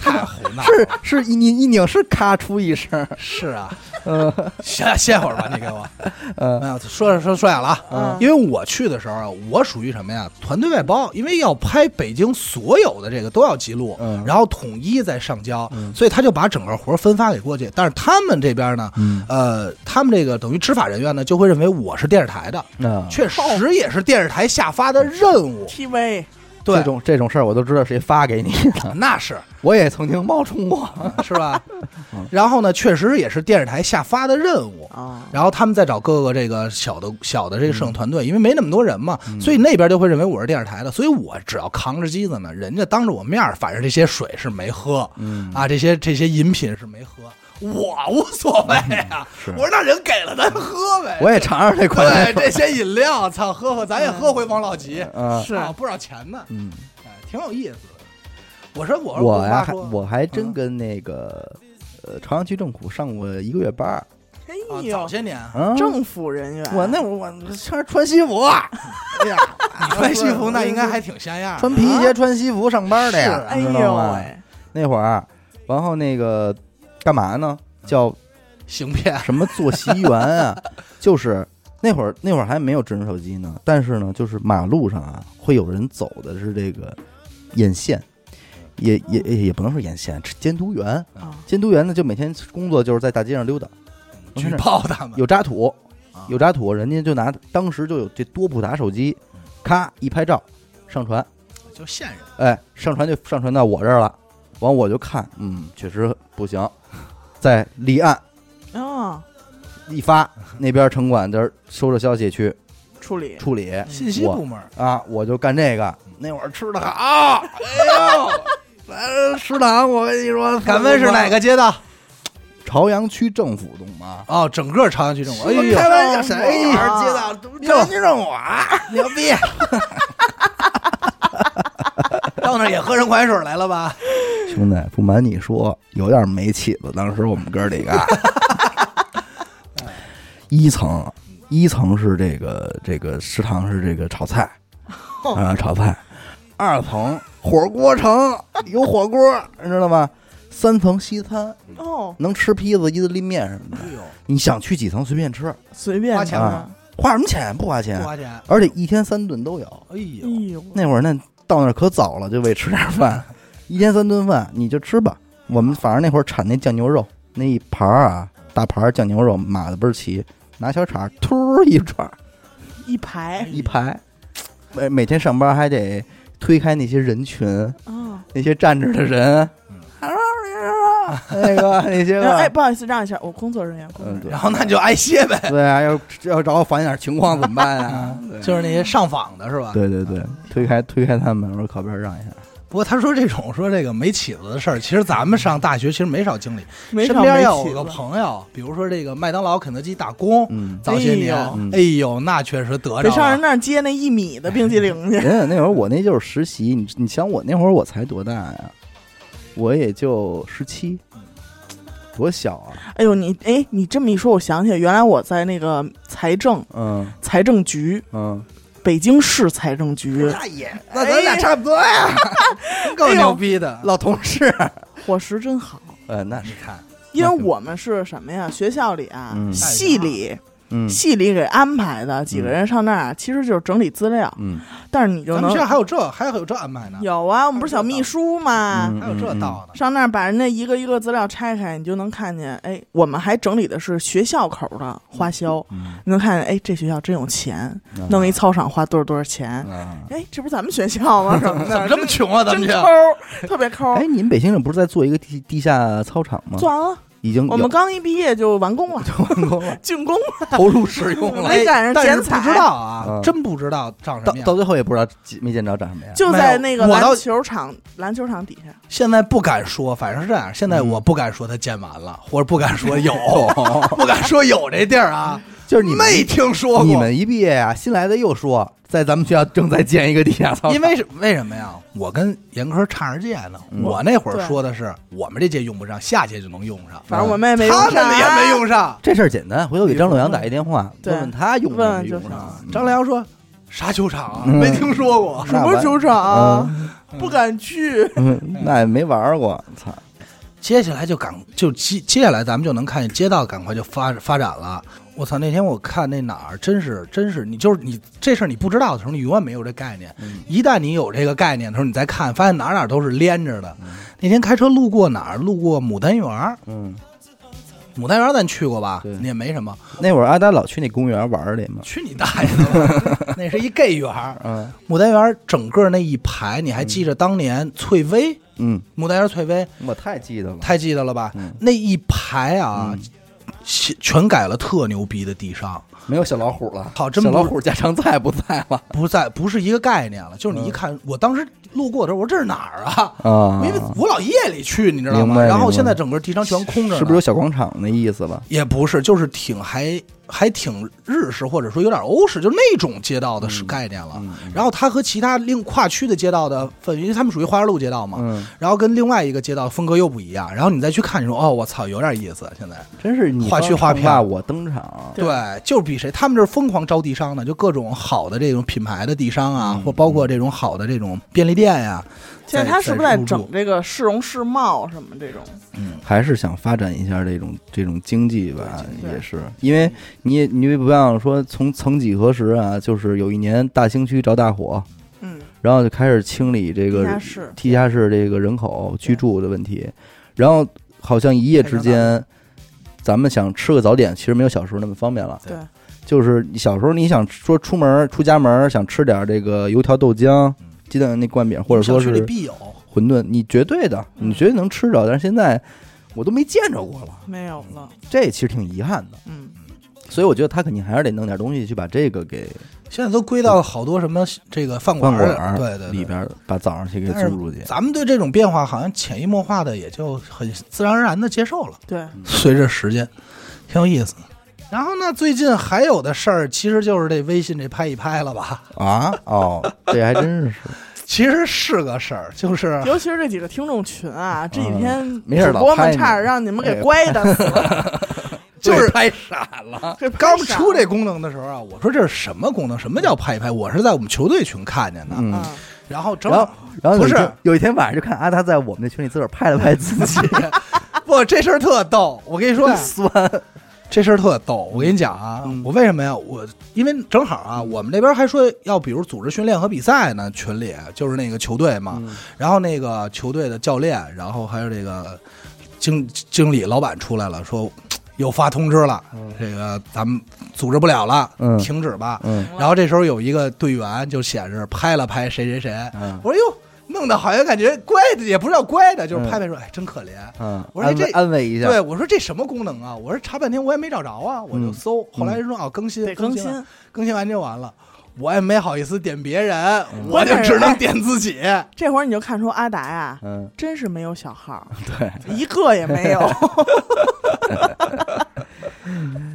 B: 太胡闹了，
A: 是是一拧一拧是咔出一声，
B: 是 啊，
A: 嗯
B: 歇歇会儿吧，你给我，
A: 嗯
B: 没有说说说远了啊。
C: 嗯
B: 因为我去的时候啊，我属于什么呀？团队外包，因为要拍北京所有的这个都要记录，
A: 嗯
B: 然后统一再上交，
A: 嗯
B: 所以他就把整个活儿分发给过去。但是他们这边呢，
A: 嗯
B: 呃，他们这个等于执法人员呢，就会认为我是电视台的，
A: 啊，
B: 确实也是电视台下发的任务。
C: TV
A: 这
B: 对，
A: 种这种事儿我都知道谁发给你的，
B: 那是
A: 我也曾经冒充过，
B: 是吧？
A: 嗯
B: 然后呢，确实也是电视台下发的任务。
C: 啊，
B: 然后他们再找各个这个小的小的这个摄影团队，因为没那么多人嘛，所以那边就会认为我是电视台的，所以我只要扛着机子呢，人家当着我面儿，反正这些水是没喝，
A: 嗯
B: 啊，这些这些饮品是没喝，我无所谓
A: 嗯
B: 啊，
A: 是
B: 我说那人给了咱喝呗，
A: 我也尝尝这矿泉水，
B: 对这些饮料，操，喝喝，咱也喝回王老吉，
A: 嗯
C: 是
B: 啊，不少钱呢，
A: 嗯，
B: 哎，挺有意思的。我说我
A: 我
B: 我
A: 呀
B: 爸
A: 还
B: 说
A: 我还真
B: 嗯
A: 跟那个呃朝阳区政府上过一个月班儿，
B: 啊
C: 哎
B: 早
C: 呦，
B: 些年啊，
A: 嗯，
C: 政府人员，
A: 我那会儿我穿穿西服，啊
B: 哎呀， 你穿西服那应该还挺像样儿的，
A: 穿皮鞋穿西服上班的呀，
B: 啊是
C: 哎
A: 你
C: 呦
A: 知道吗
C: 喂，
A: 那会儿，然后那个干嘛呢？叫
B: 行骗，
A: 什么坐席员啊？ 就是那会儿那会儿还没有智能手机呢，但是呢，就是马路上啊会有人走的是这个眼线，也也也也不能说眼线，是监督员。
C: 啊
A: 监督员呢，就每天工作就是在大街上溜达，
B: 举报他们。
A: 有渣土
B: 啊，
A: 有渣土，人家就拿当时就有这多普达手机，咔一拍照上传。
B: 就现任，
A: 哎，上传就上传到我这儿了，完我就看，嗯，确实不行，再立案
C: 啊，
A: 一 发，那边城管这儿收着消息去
C: 处理
A: 处理
B: 信息部门儿
A: 啊，我就干这个。那会儿吃的好，哎 呦，来食堂我跟你说，
B: 敢问是哪个街道？
A: 朝阳区政府懂吗？
B: 哦，整个朝阳区政府。哎
A: 我
B: 呦
A: 开，玩笑，谁
C: 哎呀
A: 街道朝阳区政府啊？
B: 哎
A: 牛逼！
B: 到那儿也喝人矿泉水来了吧？
A: 兄弟，不瞒你说，有点没起子。当时我们哥几个， 一层一层是这个这个食堂是这个炒菜
B: 哦
A: 啊、炒菜，二层火锅城有火锅，你知道吗？三层西餐，
C: 哦，
A: 能吃披萨、意大利面什么的，
B: 哎呦，
A: 你想去几层随便吃，
C: 随便
B: 花钱
C: 的
A: 啊，花什么钱？不花
B: 不
A: 钱，
B: 花钱，
A: 而且一天三顿都有。
B: 哎呦
C: 哎，呦，
A: 那会儿那到那儿可早了，就为吃点饭，一天三顿饭你就吃吧。我们反正那会儿产那酱牛肉，那一盘儿啊，大盘儿酱牛肉码的倍儿齐，拿小铲儿突儿一串儿
C: 一排
A: 一排，每每天上班还得推开那些人群，
C: 啊。
A: 那些站着的人啊
B: 嗯，
A: 那个那些
C: 哎，
A: 个，
C: 不好意思，让一下，我工作人员，工作
A: 嗯，
C: 人员
A: 对
B: 然后那就挨歇呗，
A: 对啊，要要找我反映点情况怎么办 啊？
B: 嗯就是那些上访的是吧？
A: 对对对，推开推开他们，我说靠边儿让一下。
B: 不过他说这种说这个没起子的事儿，其实咱们上大学其实没少经历，
C: 没
B: 身
C: 少
B: 边
C: 没
B: 要
C: 起
B: 有个
C: 子
B: 朋友，比如说这个麦当劳、肯德基打工，
A: 嗯，
B: 早些年，
C: 哎呦
A: 嗯
B: 哎呦，那确实得
C: 得
B: 着
C: 上人
B: 了。
C: 那儿接那一米的冰激凌去。
A: 人家那会儿我那就是实习，你你想我那会儿我才多大呀？我也就十七，多小啊！
C: 哎呦，你哎，你这么一说，我想起来，原来我在那个财政
A: 嗯
C: 财政局，
A: 嗯，
C: 北京市财政局，
B: 那也哎
A: 那咱俩差不多呀， 哎
B: 够牛逼的。
A: 老同事。
C: 伙食真好。
A: 呃，那
B: 你
A: 是
B: 看，
C: 因为我们是什么呀？学校里啊，
A: 嗯
C: 系里
A: 嗯
C: 系里给安排的几个人上那儿啊，其实就是整理资料，
A: 嗯
C: 但是你就
B: 咱们
C: 能
B: 学校还有这，还有这安排呢，
C: 有啊，我们不是小秘书嘛，
A: 嗯
B: 还有这道 呢。
C: 上那儿把人家一个一个资料拆开，你就能看见，哎，我们还整理的是学校口的花销，
A: 嗯，
C: 你能看见，哎，这学校真有钱，弄一操场花多少多少钱，
A: 啊。
C: 哎，这不是咱们学校 吗？什么
B: 怎
C: 的，
B: 么这么穷啊？咱
C: 真
B: 们
C: 抠
B: 这
C: 儿，特别抠儿
A: 哎，。你们北京这不是在做一个地地下操场吗？
C: 做完了，
A: 已嗯经有
C: 我们刚一毕业就完工 了，
A: 完工 了，
C: 竣工了。
A: 投入使用了，
C: 没赶上
B: 哎但是
C: 剪彩
B: 不知道啊
A: 嗯，
B: 真不知道长
A: 到
B: 什么
A: 到
B: 样。
A: 最后也不知道没见着长什么样。
C: 就在那个
B: 没有我倒啊
C: 篮球场，篮球场底下，
B: 现在不敢说，反正是这样。现在
A: 嗯
B: 我不敢说他建完了，或者不敢说 有，不敢说有这地儿啊，
A: 就是你们
B: 没听说过。
A: 你们一毕业啊，新来的又说在咱们学校正在建一个地下操场，
B: 因为是为什么呀？我跟严科差着届呢。
A: 嗯
B: 我那会
C: 对
B: 儿说的是，我们这届用不上，下届就能用上。嗯
C: 反正我们也没用
B: 他们
C: 上
B: 也没用上。
A: 这事儿简单，回头给张洛阳打一电话，
C: 对
A: 问问他用不
C: 问问
A: 用啊
C: 就
A: 上
C: 行。
B: 张良说：“啥球场啊？
A: 嗯
B: 没听说过。
C: 什么球场啊，不敢去。
A: 嗯，那也没玩过，操，”
B: 接下来就赶就接接下来咱们就能看见街道赶快就发发展了。我操！那天我看那哪儿，真是真是，你就是你这事儿你不知道的时候，你永远没有这概念。
A: 嗯
B: 一旦你有这个概念的时候，你再看，发现哪儿哪儿都是连着的。那天开车路过哪儿？路过牡丹园儿，
A: 嗯，
B: 牡丹园儿咱去过吧
A: 对？
B: 你也没什么。
A: 那会儿阿呆老去那公园玩儿去嘛，
B: 去你大爷 的！那是一 gay 园儿，
A: 嗯
B: 牡丹园儿整个那一排，你还记着当年翠微？
A: 嗯，
B: 牡丹园儿翠微
A: 我太记得了，
B: 太记得了吧？
A: 嗯
B: 那一排啊，全全改了特牛逼的地上，
A: 没有小老虎了，
B: 好真
A: 小
B: 不
A: 老虎家常菜不在了
B: 不在不是一个概念了。就是你一看，我当时路过的时候，我说这是哪儿啊？
A: 嗯啊
B: 因为我老夜里去，你知道
A: 明
B: 吗？
A: 白
B: 然后
A: 明白
B: 现在整个地上全空着呢，
A: 是不是有小广场那意思了？
B: 也不是，就是挺还还挺日式，或者说有点欧式，就那种街道的是概念了。
A: 嗯
B: 然后它和其他另跨区的街道的氛围，因为他们属于花园路街道嘛，
A: 嗯，
B: 然后跟另外一个街道风格又不一样。然后你再去看，你说哦，我操，有点意思。现在
A: 真是你
B: 画区
A: 方
B: 画
A: 唱
B: 片
A: 罢我登场，
C: 对
B: 对，就是比谁，他们这是疯狂招地商呢，就各种好的这种品牌的地商啊，或包括这种好的这种便利店呀、
C: 现在他是不是
B: 在
C: 在
B: 入
C: 整
B: 驻
C: 这个市容市貌什么这种？
A: 还是想发展一下这种这种经济吧，
C: 对
A: 也是，因为你也你也不要说从曾几何时啊，就是有一年大兴区着大火，
C: 嗯，
A: 然后就开始清理这
C: 地
A: 个
C: 下室
A: 地下室这个人口居住的问题，然后好像一夜之间，咱们想吃个早点，其实没有小时候那么方便了。
C: 对，
A: 就是你小时候你想说出门出家门想吃点这个油条豆
C: 嗯
A: 浆、鸡蛋那灌饼，或者说
B: 小区里
A: 是
B: 必有。
A: 馄饨，你绝对的，
C: 嗯
A: 你绝对能吃着。但是现在我都没见着过了，
C: 没有了。
A: 这其实挺遗憾的。
C: 嗯，
A: 所以我觉得他肯定还是得弄点东西去把这个给
B: 现在都归到好多什么这个饭
A: 饭
B: 馆
A: 馆
B: 儿
A: 儿
B: 对对对
A: 里边把早上去给
B: 但是
A: 租出去。
B: 咱们对这种变化好像潜移默化的，也就很自然而然的接受
A: 嗯
B: 了。
C: 对，
B: 随着时间，挺有意思。然后呢，最近还有的事儿，其实就是这微信这拍一拍了吧，
A: 啊， 哦，这还真是，
B: 其实是个事儿，就是
C: 尤其是这几个听众群啊，这几天
A: 没事
C: 主播
A: 老拍
C: 们
A: 你
C: 差点让你们给乖的死了，
B: 就是
A: 拍傻了。
C: 给
B: 刚
C: 拍傻
B: 出这功能的时候啊，我说这是什么功能？什么叫拍一拍？我是在我们球队群看见的，
A: 嗯
C: 啊，
B: 然后正
A: 然后
B: 好
A: 然后有一
B: 不是
A: 天有一天晚上就看阿达在我们那群里自个儿拍了拍自 己，
B: 不，这事儿特逗。我跟你说，啊
A: 酸，
B: 这事儿特逗。我跟你讲啊，
A: 嗯
B: 我为什么呀？我因为正好啊，我们这边还说要比如组织训练和比赛呢，群里就是那个球队嘛，
A: 嗯
B: 然后那个球队的教练，然后还有这个经经理、老板出来了，说又发通知了，这个咱们组织不了了，
A: 嗯
B: 停止吧。
A: 嗯
B: 然后这时候有一个队员就显示拍了拍谁谁谁，
A: 嗯
B: 我说哟，弄得好像感觉乖的，也不是叫乖的，就是拍拍说，哎，真可怜。
A: 嗯，
B: 我说
A: 安
B: 这
A: 慰安慰一下，嗯
B: 对，我说这什么功能啊？我说查半天我也没找着啊，我就搜。后来人说啊，更新
C: 得更
B: 新
C: 新，
B: 了更新完就完了。我也没好意思点别人，
A: 嗯
B: 我
C: 我
B: 就
C: 也
B: 只
C: 是
B: 能
C: 哎
B: 点自己。
C: 这会儿你就看出阿达呀、
A: 嗯，
C: 真是没有小号，
A: 对。
C: 一个也没有。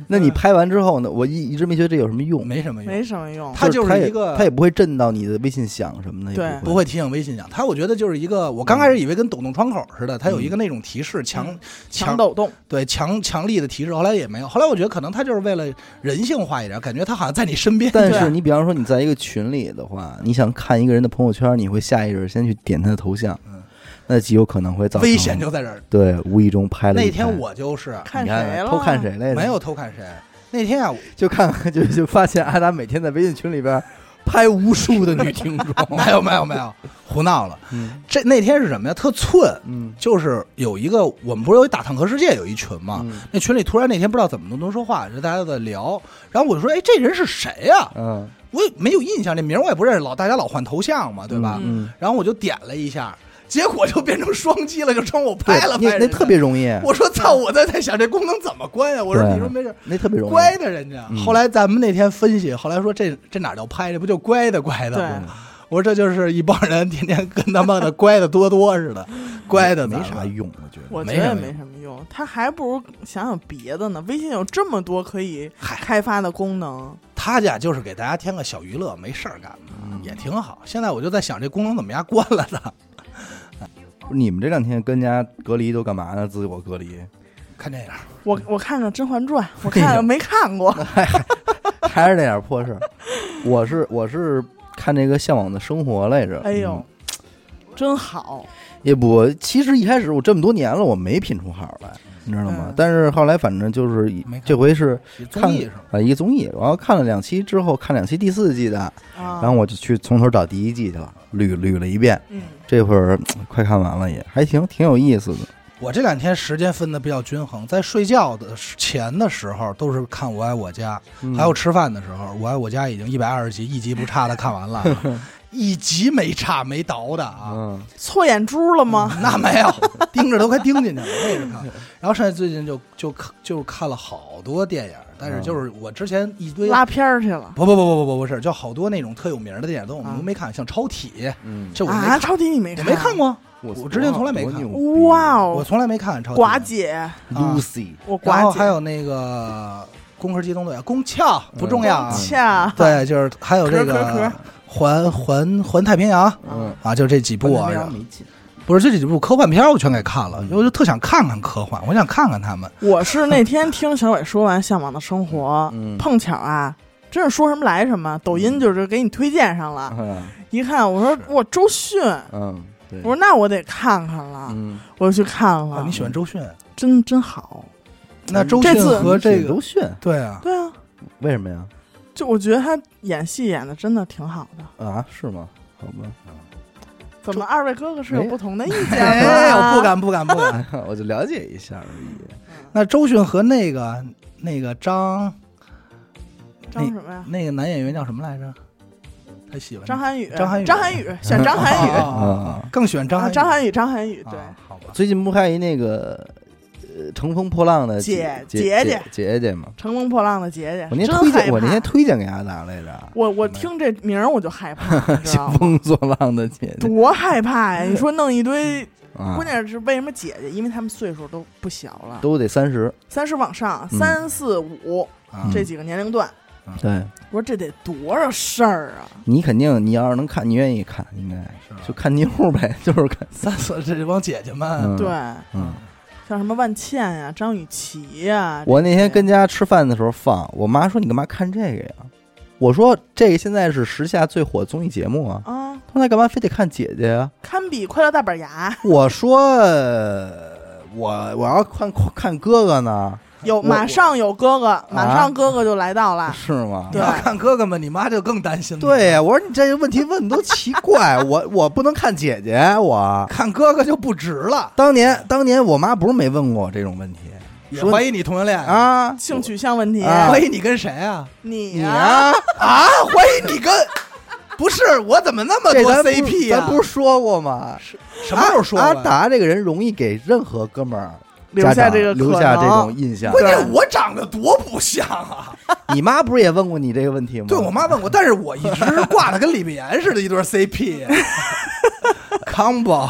A: 那你拍完之后呢？我一一直没觉得这有什么用，
B: 没什么用，
C: 没什么用。
B: 它
A: 就
B: 就是是
A: 它也
B: 一个
A: 它也不会震到你的微信响什么的，也
C: 对
A: 不
B: 不
A: 会。
B: 会提醒微信讲，它我觉得就是一个，我刚开始以为跟抖动窗口似的，它
A: 嗯
B: 有一个那种提示，强
C: 嗯强
B: 强
C: 抖动，
A: 啊
B: 对强强力的提示，后来也没有。后来我觉得可能它就是为了人性化一点，感觉它好像在你身边。
A: 但是
C: 对
A: 你比方说你在一个群里的话，你想看一个人的朋友圈，你会下意识先去点他的头像
B: 嗯，
A: 那极有可能会造成
B: 危险就在这儿。
A: 对，无意中拍了一
B: 那
A: 拍
B: 天我就是
C: 看
A: 你
C: 谁了？啊
A: 偷看？谁来着？
B: 没有，偷看谁，那天啊，
A: 就看看 就就发现阿达每天在微信群里边拍无数的 女听众，
B: 我没有没有没有胡闹了。
A: 嗯
B: 这那天是什么呀？特寸，
A: 嗯
B: 就是有一个我们不是有一打探和世界有一群嘛，
A: 嗯
B: 那群里突然那天不知道怎么都能说话，就大家都在聊，然后我就说，哎，这人是谁呀、
A: 嗯，
B: 我也没有印象，这名儿我也不认识，老大家老换头像嘛，对吧？
A: 嗯，
B: 然后我就点了一下，结果就变成双击了，就冲我
A: 对
B: 拍
A: 那
B: 了，拍
A: 那
B: 人家
A: 特别，容易，
B: 我说操，我在在想这功能怎么关呀？我说
A: 对
B: 你说没事儿。
A: 那特别容易。
B: 乖的人家
A: 嗯，
B: 后来咱们那天分析，后来说这这哪叫拍，这不就乖的乖的
C: 对
B: 吗？我说这就是一帮人天天跟他妈的乖的多多 似的，乖的
A: 嗯没
B: 咱
A: 啥
B: 们
A: 用，我觉得。
C: 我
B: 没
C: 觉得也
B: 什么
C: 没什么用，他还不如想想别的呢。微信有这么多可以开发的功能，
B: 他家就是给大家添个小娱乐，没事儿干
A: 嗯
B: 嘛，也挺好。现在我就在想这功能怎么样关了的，
A: 你们这两天跟家隔离都干嘛呢？自我隔离，
B: 看电影。
C: 我我看看《甄嬛传》，我看
A: 哎呦
C: 看没看
B: 嗯
C: 过，
A: 还是那点破事 儿。我是我是看那个《向往的生活》来着。
C: 哎呦
A: 嗯，
C: 真好。
A: 也不，其实一开始我这么多年了，我没品出好来，你知道吗？
C: 嗯
A: 但是后来反正就是一
B: 没看
A: 这回是
B: 综艺是吗？
A: 啊一个综艺，然后看了两期之后，看两期第四季的，然
C: 啊、
A: 后我就去从头找第一季去了，捋捋了一遍。
C: 嗯，
A: 这会儿嘖快看完了也，还挺挺有意思的。
B: 我这两天时间分的比较均衡，在睡觉的时前的时候都是看《我爱我家》
A: 嗯
B: 还有吃饭的时候，《我爱我家》已经一百二十集，一集不差的看完 了啊，一集没差没倒的啊，
A: 嗯，
C: 错眼珠了吗？
B: 那没有，盯着都快盯进去了，那是看。然后剩下最近就就就看了好多电影，但
A: 嗯
B: 是就是我之前一堆。
C: 拉片儿去了
B: 不不不不不不不是，就好多那种特有名的电影，都我们
C: 啊
B: 都没看，像《超体》，
A: 嗯，
B: 这我没
C: 啊！
B: 看，
C: 超级你没
B: 我
C: 看？
B: 没看。过，
A: 我啊
B: 我之前从来没看
C: 哇
B: 我
C: 哦，
B: 从来没看《超体》。
C: 寡姐，
A: ，Lucy，
C: 我寡姐，
B: 然后还有那个《攻壳机动队》《宫壳》
A: 嗯
B: 不重要啊，
C: 恰
B: 对，就是还有这
C: 壳壳
B: 个
C: 壳
B: 环环环太平洋
A: 嗯，
B: 啊，就这几部啊，
A: 没
B: 然后
A: 没劲。
B: 不是这几部科幻片儿我全给看了，
A: 嗯
B: 因为我就特想看看科幻，我想看看他们。
C: 我是那天听小伟说完《向往的生活》
A: 嗯
C: 碰巧啊，真是说什么来什么，抖音就是给你推荐上了。
A: 嗯
C: 一看我说我周迅，
A: 嗯，对
C: 我说那我得看看了，
A: 嗯，
C: 我就去看了，
B: 啊，你喜欢周迅？
C: 真真好。
B: 那周
C: 这
B: 迅
C: 次
B: 和嗯这个
A: 周迅，
B: 对啊，
C: 对啊，
A: 为什么呀？
C: 就我觉得他演戏演的真的挺好的。
A: 啊，是吗？好吧，
C: 怎么二位哥哥是有不同的意见 啊吗？
B: 哎，我不。敢不敢不敢。
A: 我就了解一下而已。
B: 那周迅和那个那个张
C: 张什么呀？
B: 那个男演员叫什么来着？他喜欢
C: 张涵予，
B: 张涵予
C: 张涵予，选张涵予
A: 哦
B: 啊啊啊啊更喜欢张
C: 啊，
B: 涵予
C: 张涵予，张涵予，对，
B: 啊好吧。
A: 最近不还有一那个呃乘风破浪的
C: 姐
A: 姐
C: 姐
A: 姐姐姐吗？
C: 乘风破浪的姐姐，
A: 我那天
C: 真
A: 推
C: 害
A: 荐，我那
C: 怕
A: 天推荐给阿达来着，
C: 我我听这名儿我就害怕， 你知道
A: 兴
C: 吗？
A: 风作浪的姐姐
C: 多害怕呀！你说弄一堆，
A: 啊
C: 关，键是为什么姐姐？因为她们岁数都不小了，
A: 都得三十，
C: 三十往上，
A: 嗯
C: 三四五
B: 啊
C: 这几个年龄段。
A: 对
C: 我说这得多少事儿啊！
A: 你肯定，你要是能看，你愿意看，应该
B: 是吧
A: 就看妞儿呗， 就是看，
B: 三四这帮姐姐们，
A: 嗯
C: 啊对，，
A: 嗯。
C: 像什么万茜呀、张雨绮啊呀，
A: 我那天跟家吃饭的时候放，我妈说你干嘛看这个呀？我说这个现在是时下最火综艺节目啊，
C: 啊，
A: 他说那干嘛非得看姐姐呀、
C: 堪比《快乐大本牙》
A: 我说呃我我要看看哥哥呢，
C: 有，
A: 我啊
C: 马上有哥哥，马上哥哥就来到了。
A: 是吗？
B: 你
C: 啊对
B: 要看哥哥们，你妈就更担心了。
A: 对呀，我说你这个问题问的都奇怪， 我我不能看姐姐，我
B: 看哥哥就不值了，
A: 当年当年我妈不是没问过我这种问题
B: 也
A: 说
B: 怀疑你同性恋，
A: 啊，
C: 性取向问题，
A: 啊
B: 怀疑你跟谁啊？
C: 你
A: 你
C: 呀，
A: 啊，
B: 啊，怀疑你跟不是我怎么那么
A: 这
B: 多
A: 咱不是
B: CP
A: 咱
B: 啊？
A: 不是啊说过吗？
B: 什么时候说
A: 阿
B: 过
A: 阿
B: 呀？
A: 达这个人容易给任何哥们儿
C: 留
A: 家
C: 下
A: 长
C: 这个
A: 留
C: 可
A: 下这种
C: 能。
A: 印象。
B: 关
C: 对
B: 键我长得多不像啊！
A: 你妈不是也问过你这个问题吗？
B: 对我妈问过，但是我一直挂的跟李碧岩似的，一对 CP combo，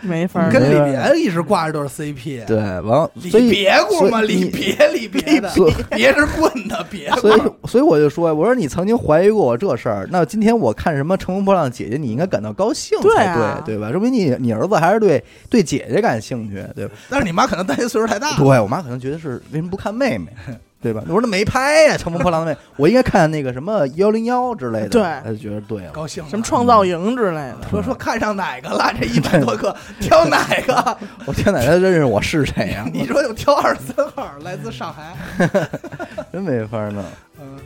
C: 没法儿
B: 跟
A: 没
B: 李
A: 法
B: 碧岩一直挂着对 CP。
A: 嗯对，完了，所
B: 李
A: 以
B: 别过嘛，
A: 所以
B: 李
A: 你
B: 别李别的
A: 所以，
B: 别是棍的别过。
A: 所以，所以我就说，我说你曾经怀疑过我这事儿，那今天我看什么《乘风破浪》姐姐，你应该感到高兴才
C: 对
A: 对，
C: 啊
A: 对吧？说明你你儿子还是对对姐姐感兴趣，对吧？
B: 但是你妈可能担心岁数太大了。
A: 对我妈可能觉得是为什么不看妹妹，对吧？我说那没拍呀、乘风破浪》的妹，我应该看那个什么幺零幺之类的，
C: 对
A: 她就觉得对了。
B: 高兴了
C: 什么创造营之类的，
B: 说说看上哪个了？这一百多个，挑哪 个？
A: 我天哪，她认识我是谁呀、
B: 你说就挑二十三号，来自上海。
A: 真没法弄。
B: 嗯，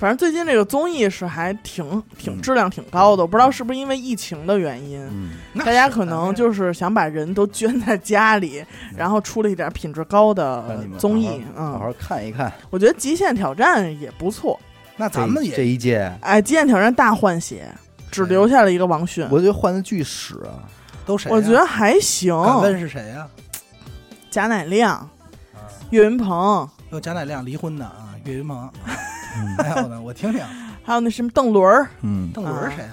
C: 反正最近这个综艺是还挺挺质量挺高的，我不知道是不是因为疫情的原因，
A: 嗯，
B: 那
C: 大家
B: 是
C: 可能就是想把人都圈在 家里，然后出了一点品质高
A: 让
C: 的
A: 你们
C: 综艺。
A: 好
C: 嗯，
A: 好看一看。
C: 我觉得《极限挑战》也不错，
B: 那咱们
A: 这
B: 也
A: 一届，
C: 哎，《极限挑战》大换血，只留下了一个王迅，
A: 我觉得换的巨屎啊！
B: 都谁呀？
C: 我觉得哦还行。
B: 敢问是谁呀？
C: 贾乃亮、
A: 啊
C: 岳云鹏，
B: 有贾乃亮离婚的啊，岳云鹏。 还有呢，我听啊听
C: 还有那什么邓伦儿、
A: 嗯，
B: 邓伦是
C: 啊
B: 谁呀？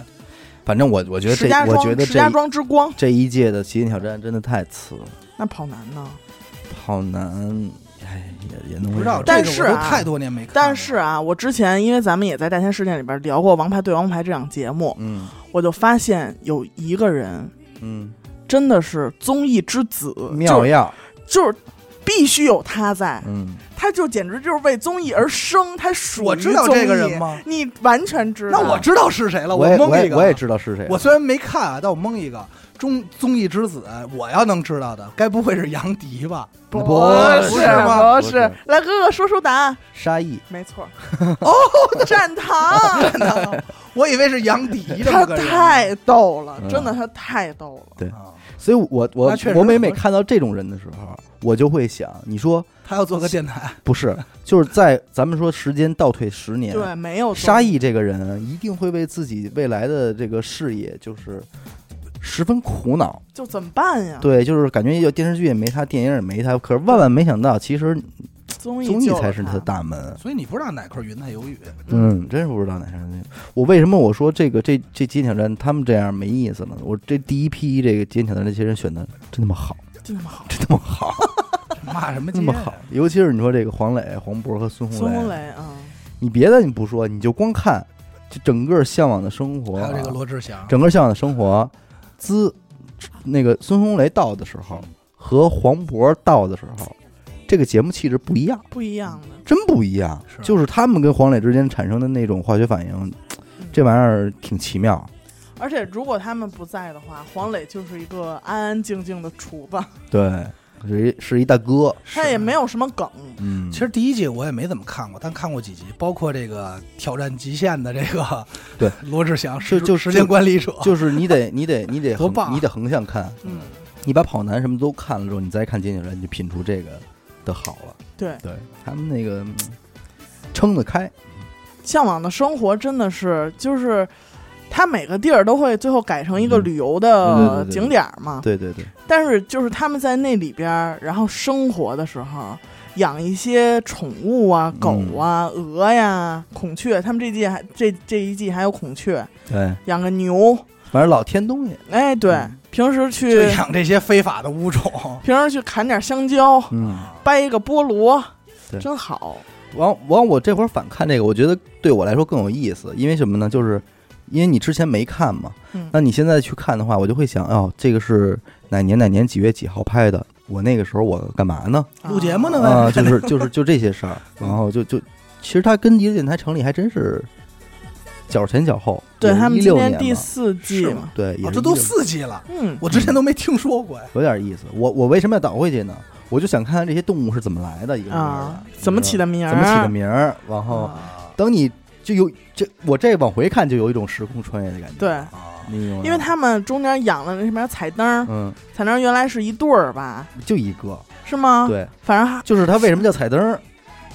A: 反正我我觉得
C: 石
A: 这
C: 家，
A: 我
C: 庄
A: 觉得
C: 石
A: 这
C: 家
A: 一
C: 庄之光，
A: 这一届的极限挑战真的太次了，
C: 那跑男呢？
A: 好难，哎，也也能
B: 不知道，
A: 这
C: 但
B: 这个
C: 是
B: 我都
C: 啊
B: 太多年没看了。
C: 但是啊，我之前因为咱们也在《大千世界》里边聊过《王牌对王牌》这档节目，
A: 嗯
C: 我就发现有一个人
A: 嗯，
C: 真的是综艺之子，
A: 妙药，
C: 就是。就是必须有他在，
A: 嗯，
C: 他就简直就是为综艺而生，他属于
B: 我知道这个人吗
C: 综艺？你完全知
B: 那
C: 道。
B: 我知道是谁了，
A: 我也
B: 蒙
A: 我
B: 一
A: 也
B: 个。
A: 我也知道是谁了，
B: 我虽然没看啊，但我蒙一个综综艺之子，我要能知道的，该不会是杨迪吧？
C: 不
A: 不
C: 是
B: 是吗
A: 不
C: 不是
A: 是，
C: 来哥哥说出答案，
A: 沙溢，
C: 没错。哦，战堂，
B: 我以为是杨迪 这
C: 他
B: 么个人。
C: 太逗了，
A: 嗯
C: 真的他太逗了。
B: 啊
A: 所以我我
B: 那确实
A: 我每每看到这种人的时候，我就会想，你说
B: 他要做个电台，
A: 不是，就是在咱们说时间倒退十年，
C: 对，没有
A: 嗯沙溢这个人一定会为自己未来的这个事业就是十分苦恼。
C: 就怎么办呀？
A: 对，就是感觉有电视剧也没他，电影也没他，可是万万没想到，其实
C: 综艺啊
A: 综艺
C: 救了
A: 才是他
C: 他
A: 的。大门。
B: 所以你不知道哪块云彩有雨。
A: 嗯，真是不知道哪是那个。我为什么我说这个这这极限挑战他们这样没意思呢？我这第一批这个极限挑战这些人选的真他妈好，
C: 就那么好。
A: 真他妈好，
B: 骂什么
A: 真
B: 街？啊
A: 他妈好。尤其是你说这个黄磊、黄渤和孙
C: 孙红
A: 红
C: 雷
A: 雷，
C: 啊，
A: 你别的你不说，你就光看就整个向往的生活
B: 还有这个
A: 啊，
B: 罗志祥，
A: 整个向往的生活，资那个孙红雷到的时候和黄渤到的时候，这个节目气质不一样。
C: 不一样的。
A: 真不一样，
B: 是
A: 就是他们跟黄磊之间产生的那种化学反应，这玩意儿挺奇妙。
C: 而且如果他们不在的话，黄磊就是一个安安静静的厨子，
A: 对，是一是一大哥，
C: 他也没
B: 有。
C: 有什么梗。
A: 嗯，
B: 其实第一季我也没怎么看过，但看过几集，包括这个挑战极限的这个
A: 对
B: 罗志祥是
A: 就就
B: 时间管理者，
A: 就是你得你得你得
B: 多棒
A: 横
B: 啊
A: 你得横向看，
C: 嗯，
A: 你把跑男什么都看了之后，你再看街景人，你就品出这个的好了。
C: 对，
A: 对他们那个嗯撑得开，
C: 向往的生活真的是就是。他每个地儿都会最后改成一个
A: 嗯
C: 旅游
A: 对对
C: 的
A: 对对
C: 景点儿嘛，
A: 对对对，
C: 但是就是他们在那里边儿，然后生活的时候，养一些宠物啊，狗啊，
A: 嗯
C: 鹅呀、孔雀，他们这季还这这一季还有孔雀，
A: 对，
C: 养个牛，
A: 反正老添东西，
C: 哎，对，
A: 嗯
C: 平时
B: 就
C: 去
B: 养这些非法的物种。
C: 平时去砍点香蕉，
A: 嗯。
C: 掰一个菠萝，
A: 对
C: 真好，
A: 往往我这会儿反看这个，我觉得对我来说更有意思，因为什么呢？就是因为你之前没看嘛，
C: 嗯
A: 那你现在去看的话，我就会想，哦，这个是哪年哪年几月几号拍的？我那个时候我干嘛呢？
B: 录节目呢
A: 啊、
B: 嗯
A: 就是就是就这些事儿，然后就就其实它跟一个电台成立还真是脚前脚后，
C: 对
A: 也是
C: 他们今
A: 16
C: 天
A: 年
C: 第
A: 嘛
C: 四季
B: 是
C: 嘛
B: 吗，
A: 对，也
B: 哦，
A: 是
B: 这
A: 16
B: 都四季了，
C: 嗯，
B: 我之前都没听说过呀。
A: 有点意思。我我为什么要倒回去呢？我就想看看这些动物是怎么来的，一个是
C: 啊，怎么起的名儿？
A: 怎么起的名儿，然后
C: 嗯
B: 啊
A: 等你就有这我这往回看就有一种时空穿越的感觉。，
C: 对，
B: 啊，
A: 你明白吗
C: 因为他们中间养了那什么彩灯儿，
A: 嗯
C: 彩灯儿原来是一对儿吧？
A: 就一个，
C: 是吗？，
A: 对，
C: 反正还
A: 就是它为什么叫彩灯 儿？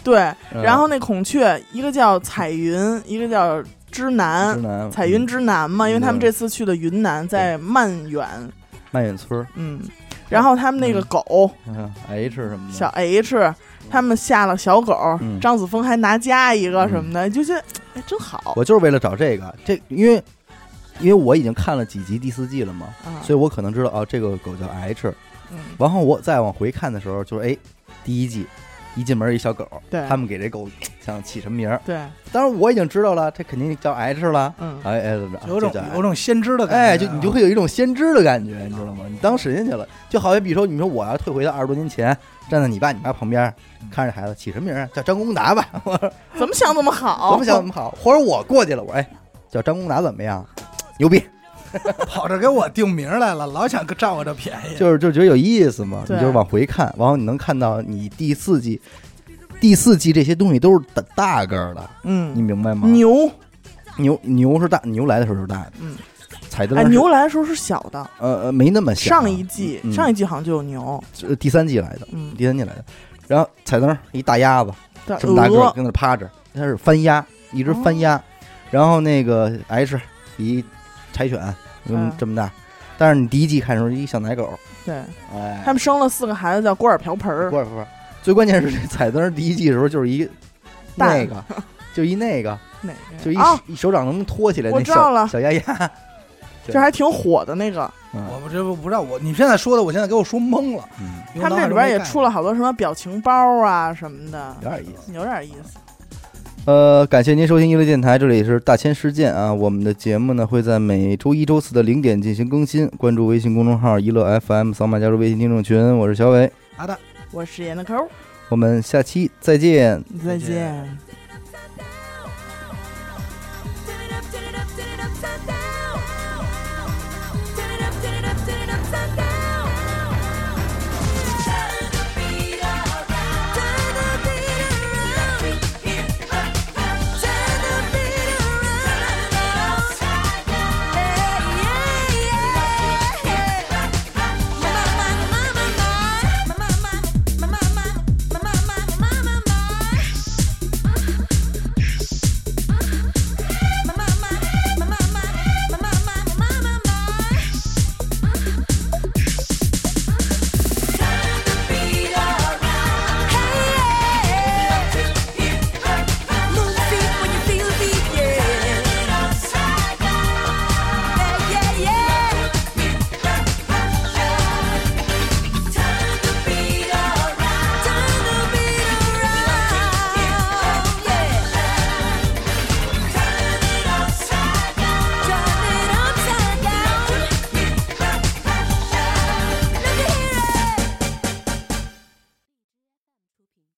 C: 对。
A: 嗯
C: 然后那孔雀，一个叫彩云，一个叫芝
A: 直
C: 南，
A: 男
C: 彩云之南嘛，因为他
A: 嗯
C: 们这次去的云南，在曼远，
A: 漫远村儿，
C: 嗯。然后他们那个狗
A: 嗯，H 什么的，
C: 小 H，他们下了小狗
A: 嗯，
C: 张子枫还拿家一个什么的，就觉得哎真好
A: 我就是为了找这个，这因为因为我已经看了几集第四季了嘛，
C: 啊。
A: 所以我可能知道哦，这个狗叫 H。
C: 嗯，
A: 然后我再往回看的时候，就是哎，第一季一进门一小狗，
B: 哎
C: 对
A: 他们给这狗想起什么名儿？
C: 对，
A: 当然我已经知道了，这肯定叫 H 了。
C: 嗯，
A: 哎哎，怎么着？
B: 有种
A: 就叫 H
B: 有种先知的感觉啊，
A: 哎，就你就会有一种先知的感觉，你知道吗？你当神仙去了，就好像比如说，你说我要退回到二十多年前，站在你爸你妈旁边，
B: 嗯
A: 看着孩子起什么名儿啊？叫张功达吧，我说
C: 怎么想怎么
B: 哦
C: 好，
A: 怎么想怎么好。或者我过去了，我说哎，叫张功达怎么样？牛逼，
B: 跑这给我定名儿来了，老想占我这便宜。
A: 就是就觉得有意思嘛，你
C: 对
A: 就是往回看，然后你能看到你第四季，第四季这些东西都是大大个儿的，你
C: 嗯，
A: 明白吗？
C: 牛，
A: 牛牛是大牛来的时候是大的，
C: 嗯，
A: 彩灯
C: 哎，
A: 是
C: 牛来的时候是小的，
A: 呃呃没那么小，
C: 上一季
A: 嗯
C: 上一季好像就有牛，
A: 呃第三季来的，
C: 嗯，
A: 第三季来的，然后彩灯一大鸭子，
C: 但
A: 这么大个儿
C: 鹅，哦
A: 跟那儿趴着，它是翻鸭，一只翻鸭，然后那个 H 一柴犬，嗯
C: 嗯
A: 这么大，但是你第一季看的时候一小奶狗，
C: 对
A: 哎，
C: 他们生了四个孩子叫锅碗瓢盆儿，
A: 不是不是，最关键是这 彩灯第一季的时候就是一
C: 蛋
A: 那个，就一那 个，
C: 哪
A: 就一
C: 个？哦，
A: 一手掌能托起来
C: 我
A: 那
C: 知道
A: 小
C: 了
A: 小丫丫。
C: 这还挺火的那个，
A: 嗯
B: 我不这不不让我，你现在说的，我现在给我说懵了。
A: 嗯，
C: 他们这里边也出了好多什么表情包啊什么的，
A: 有点意思。
C: 有点意思。
A: 呃，感谢您收听一乐电台，这里是大千世界啊。我们的节目呢会在每周一、周四的零点进行更新，关注微信公众号“一乐 FM”，扫码加入微信听众群。我是小伟，
B: 啊的。
C: 我是闫德抠，
A: 我们下期再见。
B: 再
C: 再
B: 见
C: 见。